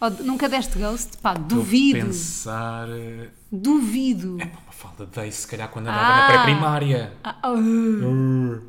S1: Ou d- nunca deste ghost? Pá,
S2: Estou a
S1: duvido.
S2: Pensar. eh,
S1: Duvido.
S2: É pá, uma falda dei, se calhar, quando andava
S1: Ah.
S2: na pré-primária.
S1: Ah, ah.
S2: Uh,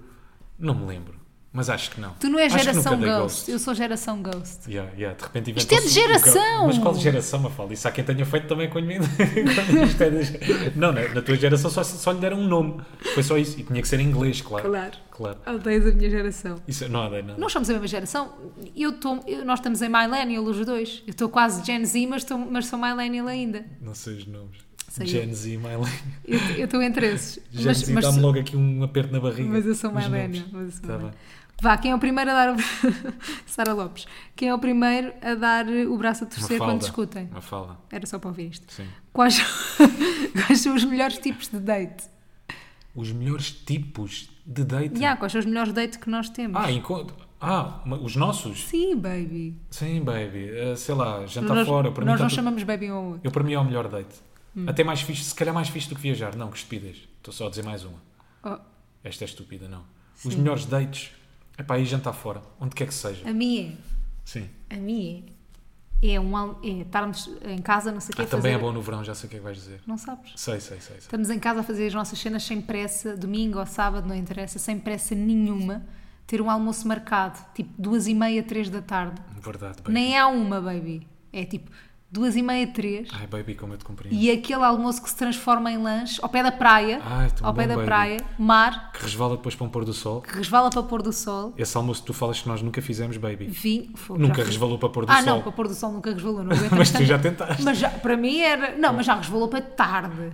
S2: Não me lembro, mas acho que não.
S1: Tu não és
S2: Acho que
S1: geração
S2: nunca dei
S1: ghost. Eu sou geração ghost.
S2: Yeah, yeah, de repente
S1: Isto é de
S2: inventou-se um
S1: geração!
S2: bocado- Mas qual geração, Mafalda? Isso há quem tenha feito também com a minha- com isto é de- Não, na, na tua geração só, só lhe deram um nome. Foi só isso. E tinha que ser em inglês, claro.
S1: Claro.
S2: Claro.
S1: Odeias a minha geração.
S2: Isso, é- não há ideia, não.
S1: Nós somos a mesma geração. Eu tô, eu- nós estamos em Millennial, os dois. Eu estou quase Gen Z, mas, tô, mas sou Millennial ainda.
S2: Não sei os nomes.
S1: Sei.
S2: Gen Z, Millennial.
S1: Eu eu estou entre esses.
S2: Gen
S1: mas,
S2: Z
S1: mas-
S2: dá-me logo aqui um aperto na barriga.
S1: mas eu sou
S2: Os nomes.
S1: Millennial. Mas eu sou
S2: Tá
S1: millennial.
S2: bem.
S1: Vá, quem é o primeiro a dar o... Sara Lopes. Quem é o primeiro a dar o braço a torcer
S2: Mafalda.
S1: quando discutem?
S2: Mafalda,
S1: Era só para ouvir isto.
S2: sim.
S1: Quais, quais são os melhores tipos de date?
S2: Tá. Os melhores tipos de date.
S1: Ya, quais são os melhores dates que nós temos?
S2: Ah, encontro. Ah, ma- os nossos?
S1: Sim, baby.
S2: Sim, baby. Eh, sei lá, jantar
S1: nós
S2: fora. Para mim
S1: nós
S2: tá
S1: não
S2: tudo-
S1: chamamos baby um ao outro.
S2: Eu para mim é o melhor date.
S1: Hum.
S2: Até mais fixe, se calhar mais fixe do que viajar. Não, que estupidez. Estou só a dizer mais uma.
S1: Oh,
S2: Esta é estúpida, não. Os melhores dates é para ir jantar fora, onde quer que seja.
S1: a minha
S2: Sim.
S1: é. A minha é. É, um, al- é estarmos em casa, não sei o que
S2: Ah, também é
S1: fazer-
S2: bom no verão, já sei o que é que vais dizer.
S1: Não sabes?
S2: Sei, sei, sei. sei.
S1: Estamos em casa a fazer as nossas cenas sem pressa, domingo ou sábado, não interessa, sem pressa nenhuma. Ter um almoço marcado, tipo duas e meia, três da tarde.
S2: Verdade, baby.
S1: Nem há uma, baby. É tipo duas e meia, três.
S2: Ai, baby, como eu te compreendo.
S1: E aquele almoço que se transforma em lanche ao pé da praia,
S2: Ai, Ah, é tão
S1: ao pé
S2: bom,
S1: da
S2: baby.
S1: praia, mar,
S2: Que resvala depois para um pôr do sol.
S1: que resvala para pôr do sol,
S2: Esse almoço que tu falas que nós nunca fizemos, baby.
S1: vinho. fogo, já
S2: Nunca
S1: fiz.
S2: resvalou para pôr do
S1: Ah,
S2: sol.
S1: não, para pôr do sol nunca resvalou, não aguento
S2: Mas tu
S1: bastante.
S2: já tentaste.
S1: Mas já, para mim era. Não, mas já resvalou para tarde.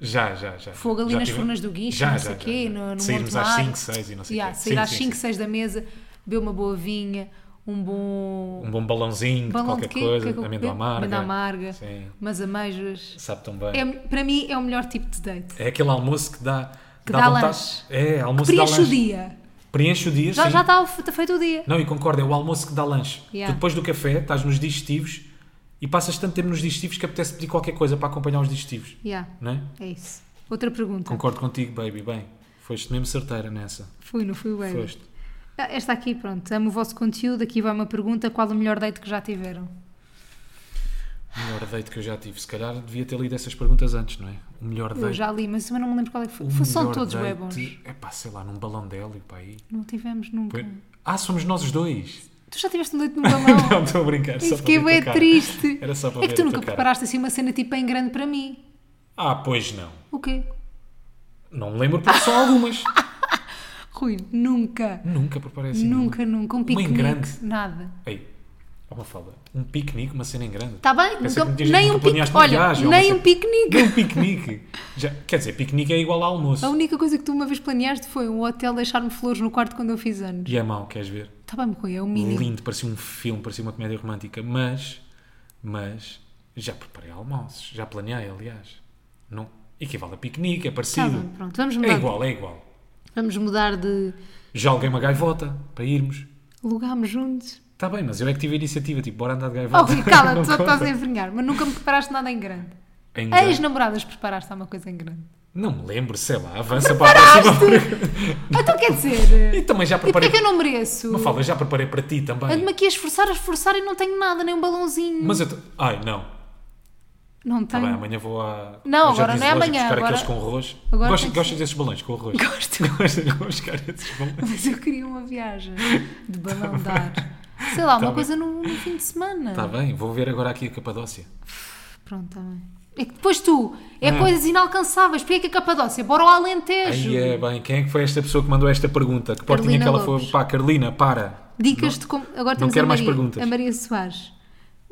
S2: Já, já, já.
S1: Fogo ali
S2: Já
S1: nas
S2: tive-
S1: fornas do guincho, não
S2: Já, já,
S1: sei o
S2: já,
S1: quê,
S2: já.
S1: no, no
S2: Sairmos
S1: Monte
S2: às
S1: Mar.
S2: 5, 6 e não sei o
S1: Yeah,
S2: quê.
S1: sair
S2: Sim,
S1: às
S2: sim,
S1: 5,
S2: sim.
S1: 6 da mesa, beber uma boa vinha, um bom.
S2: Um bom balãozinho
S1: balão
S2: de
S1: de quê?
S2: qualquer coisa,
S1: Que é que eu
S2: amêndoa
S1: comi?
S2: amarga.
S1: Amêndoa amarga.
S2: Sim,
S1: umas ameijas.
S2: sabe tão bem.
S1: É, para mim é o melhor tipo de date.
S2: É aquele almoço que dá.
S1: Que dá
S2: vontade-
S1: lanche.
S2: É, almoço que dá
S1: Preenche
S2: lanche.
S1: o dia.
S2: Preenche o dia,
S1: Já,
S2: sim.
S1: já está f- feito o dia.
S2: Não, e concordo, é o almoço que dá lanche.
S1: Yeah.
S2: Tu depois do café estás nos digestivos e passas tanto tempo nos digestivos que apetece pedir qualquer coisa para acompanhar os digestivos.
S1: Yeah,
S2: Não é?
S1: é isso. Outra pergunta.
S2: Concordo contigo, baby. Bem, foste mesmo certeira nessa.
S1: Fui, não fui bem.
S2: Foste.
S1: Ah, Esta aqui, pronto. Amo o vosso conteúdo. Aqui vai uma pergunta. Qual o melhor date que já tiveram?
S2: O melhor date que eu já tive. Se calhar devia ter lido essas perguntas antes, não é? O melhor
S1: Eu
S2: date.
S1: já li, mas também não me lembro qual é que foi.
S2: o
S1: Foi- São
S2: melhor
S1: todos bem bons.
S2: date- É pá, sei lá, num balão de hélio, pá. Aí.
S1: Não tivemos nunca.
S2: Foi- Ah, somos nós os dois.
S1: Tu já tiveste um date no balão?
S2: Não, estou a brincar. só
S1: E
S2: para
S1: fiquei
S2: ver a
S1: bem
S2: tua cara.
S1: é triste.
S2: Era só para
S1: é
S2: ver
S1: que
S2: a
S1: tu
S2: tua
S1: nunca
S2: cara.
S1: preparaste assim uma cena tipo em grande para mim.
S2: Ah, pois não.
S1: O quê?
S2: Não me lembro porque só algumas.
S1: Rui, nunca.
S2: Nunca preparei assim.
S1: nunca, nunca. Um
S2: em
S1: piquenique.
S2: grande.
S1: Nada.
S2: nenhuma. Ei, ó uma fala. Um piquenique, uma cena em grande.
S1: Está Tá bem?
S2: Pensei
S1: Nunca-
S2: que me
S1: nem
S2: tinhas dito
S1: um
S2: que planeaste
S1: piquenique.
S2: uma
S1: Olha,
S2: viagem ou
S1: nem
S2: uma
S1: um piquenique.
S2: Nem um piquenique. Já, quer dizer, piquenique é igual a almoço.
S1: A única coisa que tu uma vez planeaste foi um hotel deixar-me flores no quarto quando eu fiz anos.
S2: E é mau, queres ver?
S1: Está bem, Rui, é o mínimo.
S2: Lindo, parecia um filme, parecia uma comédia romântica. Mas, mas, já preparei almoços. Já planeei, aliás. Não. Equivale a piquenique, é
S1: Tá
S2: parecido.
S1: bem, pronto. Vamos
S2: é
S1: mudar,
S2: igual, é igual.
S1: vamos mudar de
S2: Já alguém uma gaivota para irmos.
S1: lugarmos juntos.
S2: Está bem, mas eu é que tive a iniciativa, tipo, bora andar de
S1: Oh,
S2: gaivota.
S1: Rui, cala-te,
S2: Não
S1: só te
S2: conta.
S1: estás a envergonhar. Mas nunca me preparaste nada em grande.
S2: Em grande.
S1: Ex-namoradas, preparaste alguma coisa em grande.
S2: Não me lembro, sei lá, avança para a próxima.
S1: Então quer dizer.
S2: E também já
S1: E porquê
S2: preparei.
S1: é que eu não mereço?
S2: Não fala, já preparei para ti também.
S1: Ando-me aqui a esforçar, a esforçar e não tenho nada, nem um balãozinho.
S2: Mas eu. te- Ai, não.
S1: Não
S2: Tá
S1: tenho.
S2: bem, amanhã vou à.
S1: Não,
S2: ao
S1: agora
S2: Jardim
S1: não é
S2: Zoológico
S1: amanhã,
S2: Buscar
S1: agora-
S2: aqueles com arroz.
S1: agora
S2: Gostas,
S1: tem que
S2: gostas desses balões com arroz?
S1: Gosto.
S2: Gostas de buscar esses balões?
S1: Mas eu queria uma viagem de balão de ar. Sei lá, uma
S2: Tá bem.
S1: coisa no, no fim de semana.
S2: Está Tá bem, vou ver agora aqui a Capadócia.
S1: Pronto, está bem. É que depois tu, é
S2: Ah.
S1: coisas inalcançáveis. Porquê é que a Capadócia? Bora ao Alentejo.
S2: Aí é bem, quem é que foi esta pessoa que mandou esta pergunta? Que portinha
S1: Carolina
S2: que ela foi?
S1: Lopes.
S2: Pá, Carolina, para.
S1: Dicas de como. Agora temos
S2: quero
S1: a,
S2: mais
S1: Maria,
S2: perguntas.
S1: a Maria Soares.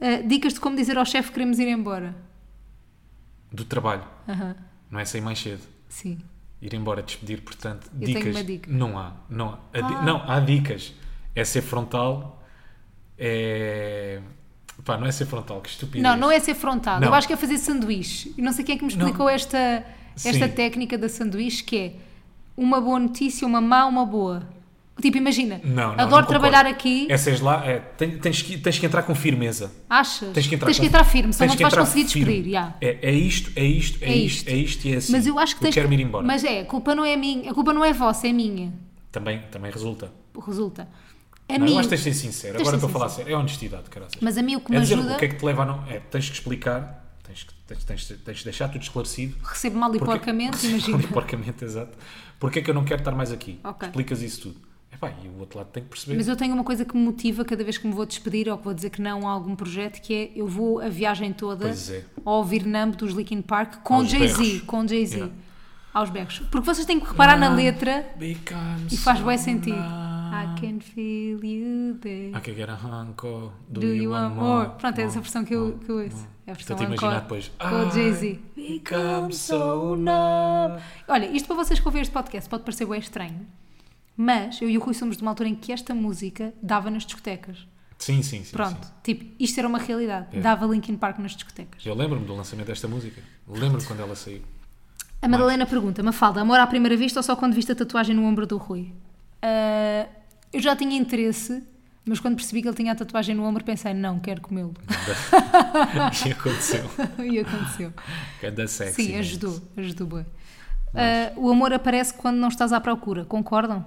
S1: Ah, dicas de como dizer ao chefe que queremos ir embora.
S2: Do trabalho.
S1: Aham,
S2: Não é sair mais cedo.
S1: Sim.
S2: ir embora, despedir, portanto,
S1: Eu
S2: dicas.
S1: tenho uma dica.
S2: Não há, não há. A di-
S1: Ah.
S2: Não, há dicas. É ser frontal, é Pá, não é ser frontal, que estupidez.
S1: Não, não é ser frontal.
S2: Não.
S1: Eu acho que é fazer sanduíche. E não sei quem é que me explicou
S2: Não.
S1: esta, esta
S2: Sim.
S1: técnica da sanduíche, que é uma boa notícia, uma má, uma boa. Tipo, imagina,
S2: Não, não, não
S1: adoro
S2: concordo.
S1: trabalhar aqui,
S2: É, seis lá, é, ten- tens, que, tens que entrar com firmeza.
S1: achas?
S2: Tens que entrar, com-
S1: firme, senão
S2: tens
S1: não te
S2: que
S1: vais
S2: entrar
S1: conseguir
S2: firme.
S1: despedir. já.
S2: É, é isto, é isto, é,
S1: É isto.
S2: isto, é isto e é assim.
S1: Mas eu acho que
S2: eu
S1: tens
S2: quero
S1: que-
S2: ir embora.
S1: Mas é, a culpa não é minha, a culpa não é vossa, é minha.
S2: Também, também resulta.
S1: Resulta. A
S2: Não,
S1: mim,
S2: eu acho que tens de ser sincero.
S1: É Tens de
S2: Agora
S1: ser
S2: estou a falar sério. É honestidade, caraças.
S1: mas a mim o que
S2: é
S1: me
S2: dizer
S1: ajuda,
S2: o que é que te leva a não. É, tens que explicar, tens que tens, tens, tens de deixar tudo esclarecido.
S1: recebo mal e
S2: Porque-
S1: porcamente,
S2: Sim,
S1: imagina.
S2: ali porcamente, exato. Porquê é que eu não quero estar mais aqui?
S1: Ok.
S2: Explicas isso tudo. Epá, e o outro lado tem que perceber.
S1: Mas eu tenho uma coisa que me motiva cada vez que me vou despedir ou que vou dizer que não a algum projeto, que é eu vou a viagem toda
S2: Pois é.
S1: ao ouvir Numb dos Linkin Park com
S2: Aos
S1: Jay-Z,
S2: berros.
S1: com Jay-Z.
S2: Yeah.
S1: Aos berros. Porque vocês têm que reparar na
S2: Ah.
S1: letra
S2: Becomes
S1: e faz bem
S2: so
S1: sentido. Ah, I
S2: nice.
S1: can feel you there.
S2: I can get a hanko. Do,
S1: Do you want more? Pronto, é
S2: More,
S1: essa versão que eu,
S2: more,
S1: que eu ouço.
S2: more.
S1: É a versão
S2: Estou-te a imaginar
S1: encore
S2: depois. Ah.
S1: com o Jay-Z.
S2: I become so
S1: numb. Olha, isto para vocês que ouvem este podcast pode parecer bem estranho, mas eu e o Rui somos de uma altura em que esta música dava nas discotecas.
S2: Sim, sim, sim.
S1: Pronto,
S2: sim.
S1: tipo, isto era uma realidade.
S2: É.
S1: Dava Linkin Park nas discotecas.
S2: Eu lembro-me do lançamento desta música. Lembro-me quando ela saiu.
S1: A Madalena pergunta: Mafalda, amor à primeira vista ou só quando viste a tatuagem no ombro do Rui? Ah, eu já tinha interesse, mas quando percebi que ele tinha a tatuagem no ombro, pensei: não, quero comê-lo.
S2: e aconteceu.
S1: e aconteceu.
S2: Cada sexy. né?
S1: Sim,
S2: man.
S1: ajudou, ajudou bem. Ah, o amor aparece quando não estás à procura, concordam?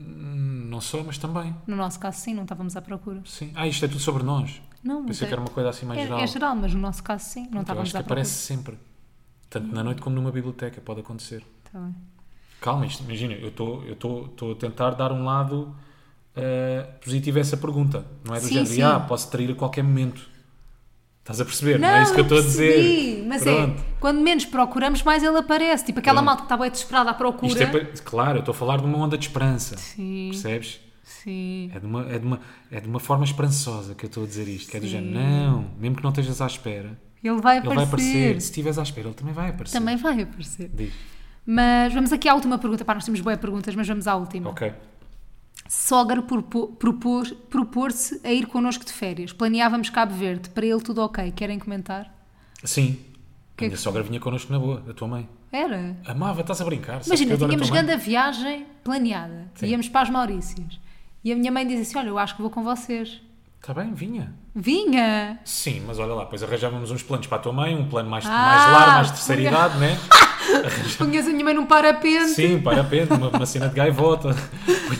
S2: Hum, Não só, mas também.
S1: No nosso caso, sim, não estávamos à procura.
S2: Sim. Ah, isto é tudo sobre nós.
S1: Não,
S2: Pensei que era uma coisa assim mais
S1: é,
S2: geral.
S1: é geral, mas no nosso caso, sim, não
S2: Então, Eu
S1: estávamos
S2: acho que
S1: à procura.
S2: aparece sempre. Tanto na noite como numa biblioteca, pode acontecer.
S1: Tá bem.
S2: Calma, isto, imagina, eu estou eu tô, tô a tentar dar um lado eh, positivo a essa pergunta. Não é do
S1: Sim,
S2: género
S1: sim.
S2: de, ah, posso trair a qualquer momento. Estás a perceber? Não,
S1: Não,
S2: é isso que eu estou a
S1: percebi,
S2: dizer.
S1: Mas
S2: Pronto.
S1: é, quando menos procuramos, mais ele aparece. Tipo aquela
S2: Pronto.
S1: malta que está bem desesperada à procura.
S2: Isto é para- claro, eu estou a falar de uma onda de esperança.
S1: Sim,
S2: Percebes?
S1: sim.
S2: É de, uma, é, de uma, é de uma forma esperançosa que eu estou a dizer isto. Que é do género, não, mesmo que não estejas à espera,
S1: Ele vai
S2: ele
S1: aparecer.
S2: vai aparecer. Se estiveres à espera, ele também vai aparecer.
S1: Também vai aparecer.
S2: Diz.
S1: Mas vamos aqui à última pergunta. Pá, nós temos boas perguntas, mas vamos à última.
S2: Ok.
S1: Sogra propo- propor- propor-se a ir connosco de férias. Planeávamos Cabo Verde. Para ele tudo ok. Querem comentar?
S2: Sim.
S1: Que é
S2: a minha
S1: que-
S2: sogra vinha connosco na boa, a tua mãe.
S1: Era.
S2: Amava, estás a brincar. sabes que eu
S1: Imagina,
S2: adoro a
S1: tínhamos
S2: tua mãe.
S1: grande viagem planeada.
S2: Sim.
S1: Íamos para as Maurícias. E a minha mãe dizia assim, olha, eu acho que vou com vocês.
S2: Está Tá bem, vinha.
S1: Vinha!
S2: Sim, mas olha lá, depois arranjávamos uns planos para a tua mãe, um plano mais,
S1: Ah,
S2: mais largo, mais de terceira
S1: punha-
S2: idade, né?
S1: Punhas a minha mãe num parapente,
S2: Sim, para a pena, uma, uma cena de gaivota.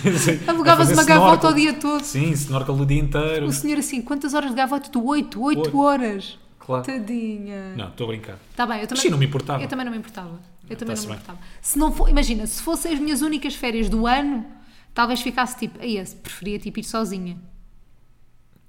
S1: alugavas
S2: A fazer
S1: uma gaivota
S2: snorkel.
S1: o dia todo.
S2: Sim, snorkel o dia inteiro.
S1: O senhor assim, quantas horas de gaivota? Tu, oito, oito
S2: Oito.
S1: horas.
S2: Claro.
S1: Tadinha.
S2: Não, estou a brincar.
S1: Tá bem, eu também,
S2: Sim, não me importava. Tá
S1: eu também não me importava. Eu também
S2: tá-se
S1: não me
S2: bem.
S1: importava. Se não for, imagina, se fossem as minhas únicas férias do ano, talvez ficasse tipo, aí esse, preferia tipo ir sozinha.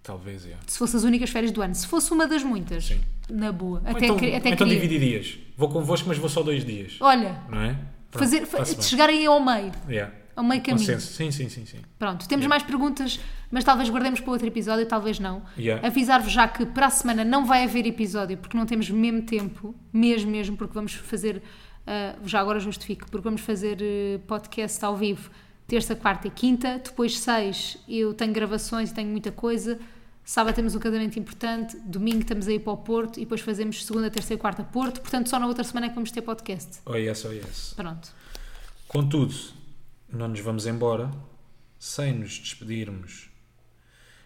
S2: Talvez, é.
S1: Se fossem as únicas férias do ano. Se fosse uma das muitas,
S2: Sim.
S1: na boa.
S2: Ou
S1: Até,
S2: então,
S1: queria- até
S2: ou então
S1: queria.
S2: dividirias. Vou convosco, mas vou só dois dias.
S1: Olha,
S2: Não é?
S1: fazer, fa-
S2: tá-se bem.
S1: chegar aí ao meio.
S2: Yeah.
S1: ao meio caminho.
S2: Consenso. Sim, sim, sim, sim.
S1: Pronto, temos mais perguntas, mas talvez guardemos para outro episódio, talvez não.
S2: Yeah.
S1: Avisar-vos já que para a semana não vai haver episódio, porque não temos mesmo tempo, mesmo, mesmo, porque vamos fazer, ah, já agora justifico, porque vamos fazer eh, podcast ao vivo terça, quarta e quinta, depois seis eu tenho gravações e tenho muita coisa, sábado temos um casamento importante, domingo estamos aí para o Porto e depois fazemos segunda, terça e quarta Porto, portanto só na outra semana é que vamos ter podcast.
S2: Oh yes, oh yes.
S1: Pronto.
S2: Contudo, não nos vamos embora sem nos despedirmos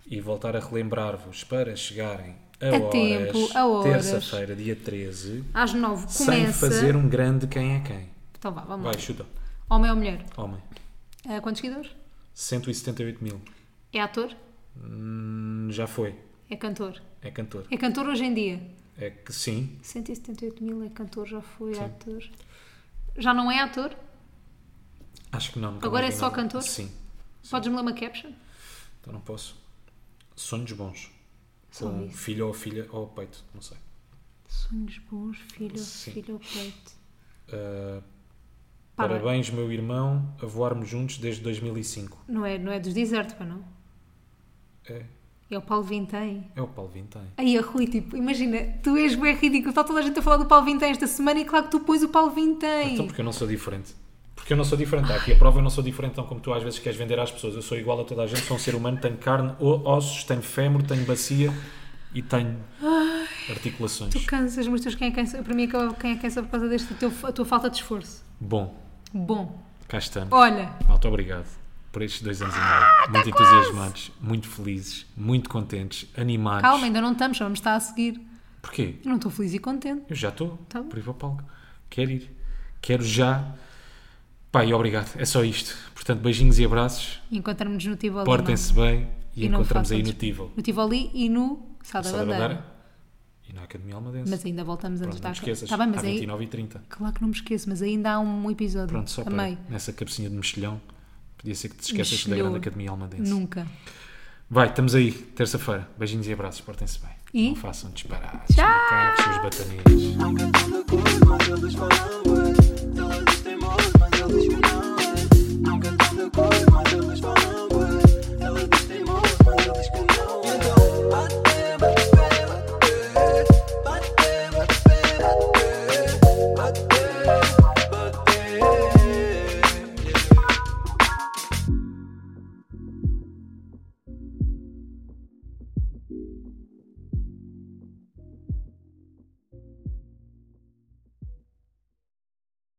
S2: e voltar a relembrar-vos para chegarem a,
S1: A
S2: horas,
S1: tempo, a horas.
S2: terça-feira, dia 13,
S1: Às nove
S2: sem
S1: começa...
S2: fazer um grande quem é quem.
S1: Então vá, vamos
S2: Vai,
S1: lá.
S2: chuta.
S1: Homem ou mulher?
S2: Homem.
S1: Ah, quantos seguidores?
S2: 178 mil.
S1: É ator?
S2: Hum, já foi.
S1: É cantor?
S2: É cantor.
S1: É cantor hoje em dia?
S2: É que sim.
S1: 178 mil é cantor, já foi ator. Já não é ator?
S2: Acho que não. nunca
S1: Agora
S2: mais
S1: é
S2: vi
S1: só
S2: nada.
S1: cantor?
S2: Sim.
S1: Podes-me ler uma caption?
S2: Então não posso. Sonhos bons.
S1: Só
S2: Com
S1: isso.
S2: filho ou filha ou peito. Não sei.
S1: Sonhos bons, filho,
S2: Sim.
S1: filho ao peito.
S2: Ah,
S1: Pá, bem.
S2: Parabéns, meu irmão, a voarmos juntos desde 2005.
S1: Não é, não é dos desertos, pá, não?
S2: É,
S1: É o Paulo Vintém.
S2: é o Paulo Vintém.
S1: Aí a Rui, tipo, imagina, tu és bem ridículo, está toda a gente a falar do Paulo Vintém esta semana e claro que tu pões o Paulo Vintém.
S2: Então, porque eu não sou diferente. Porque Porque eu não sou diferente. Há aqui a prova, eu não sou diferente, não como tu às vezes queres vender às pessoas. Eu sou igual a toda a gente, sou um ser humano, tenho carne, o- ossos, tenho fémur, tenho bacia e tenho articulações.
S1: Tu cansas, mas tu quem é cansa? Para mim, acaba quem é cansa por causa desta teu, a tua falta de esforço.
S2: Bom,
S1: Bom,
S2: cá estamos.
S1: olha,
S2: Malta, obrigado por estes dois anos e
S1: Ah, tá
S2: meio. Muito entusiasmados, muito felizes, muito contentes, animados.
S1: calma, ainda não estamos, só vamos estar a seguir.
S2: Porquê?
S1: Eu não estou feliz e contente.
S2: Eu já estou.
S1: Tá bom.
S2: Por ir para o palco. Quero ir. Quero já. Pá, e obrigado. É só isto. Portanto, beijinhos e abraços.
S1: Encontramos-nos no Tivoli.
S2: Portem-se bem e,
S1: E não
S2: encontramos aí
S1: façam
S2: no
S1: des-
S2: Tivo.
S1: não. No Tivoli e no Sá da
S2: Sá da
S1: Bandeira.
S2: Bandeira e na Academia Almadense.
S1: Mas ainda voltamos antes
S2: Pronto, não
S1: da
S2: te esqueças.
S1: Tá bem, mas
S2: Há
S1: aí.
S2: 29 e 30.
S1: Claro que não me esqueço, mas ainda há um episódio.
S2: Pronto, só
S1: a
S2: para
S1: meio.
S2: nessa cabecinha de mexilhão. Podia ser que te esqueças da
S1: Mexilhou.
S2: grande Academia Almadense.
S1: Nunca.
S2: Vai, estamos aí, terça-feira. Beijinhos e abraços, portem-se bem.
S1: E?
S2: Não façam disparates.
S1: Tchau!
S2: Macacos, seus bataneiros.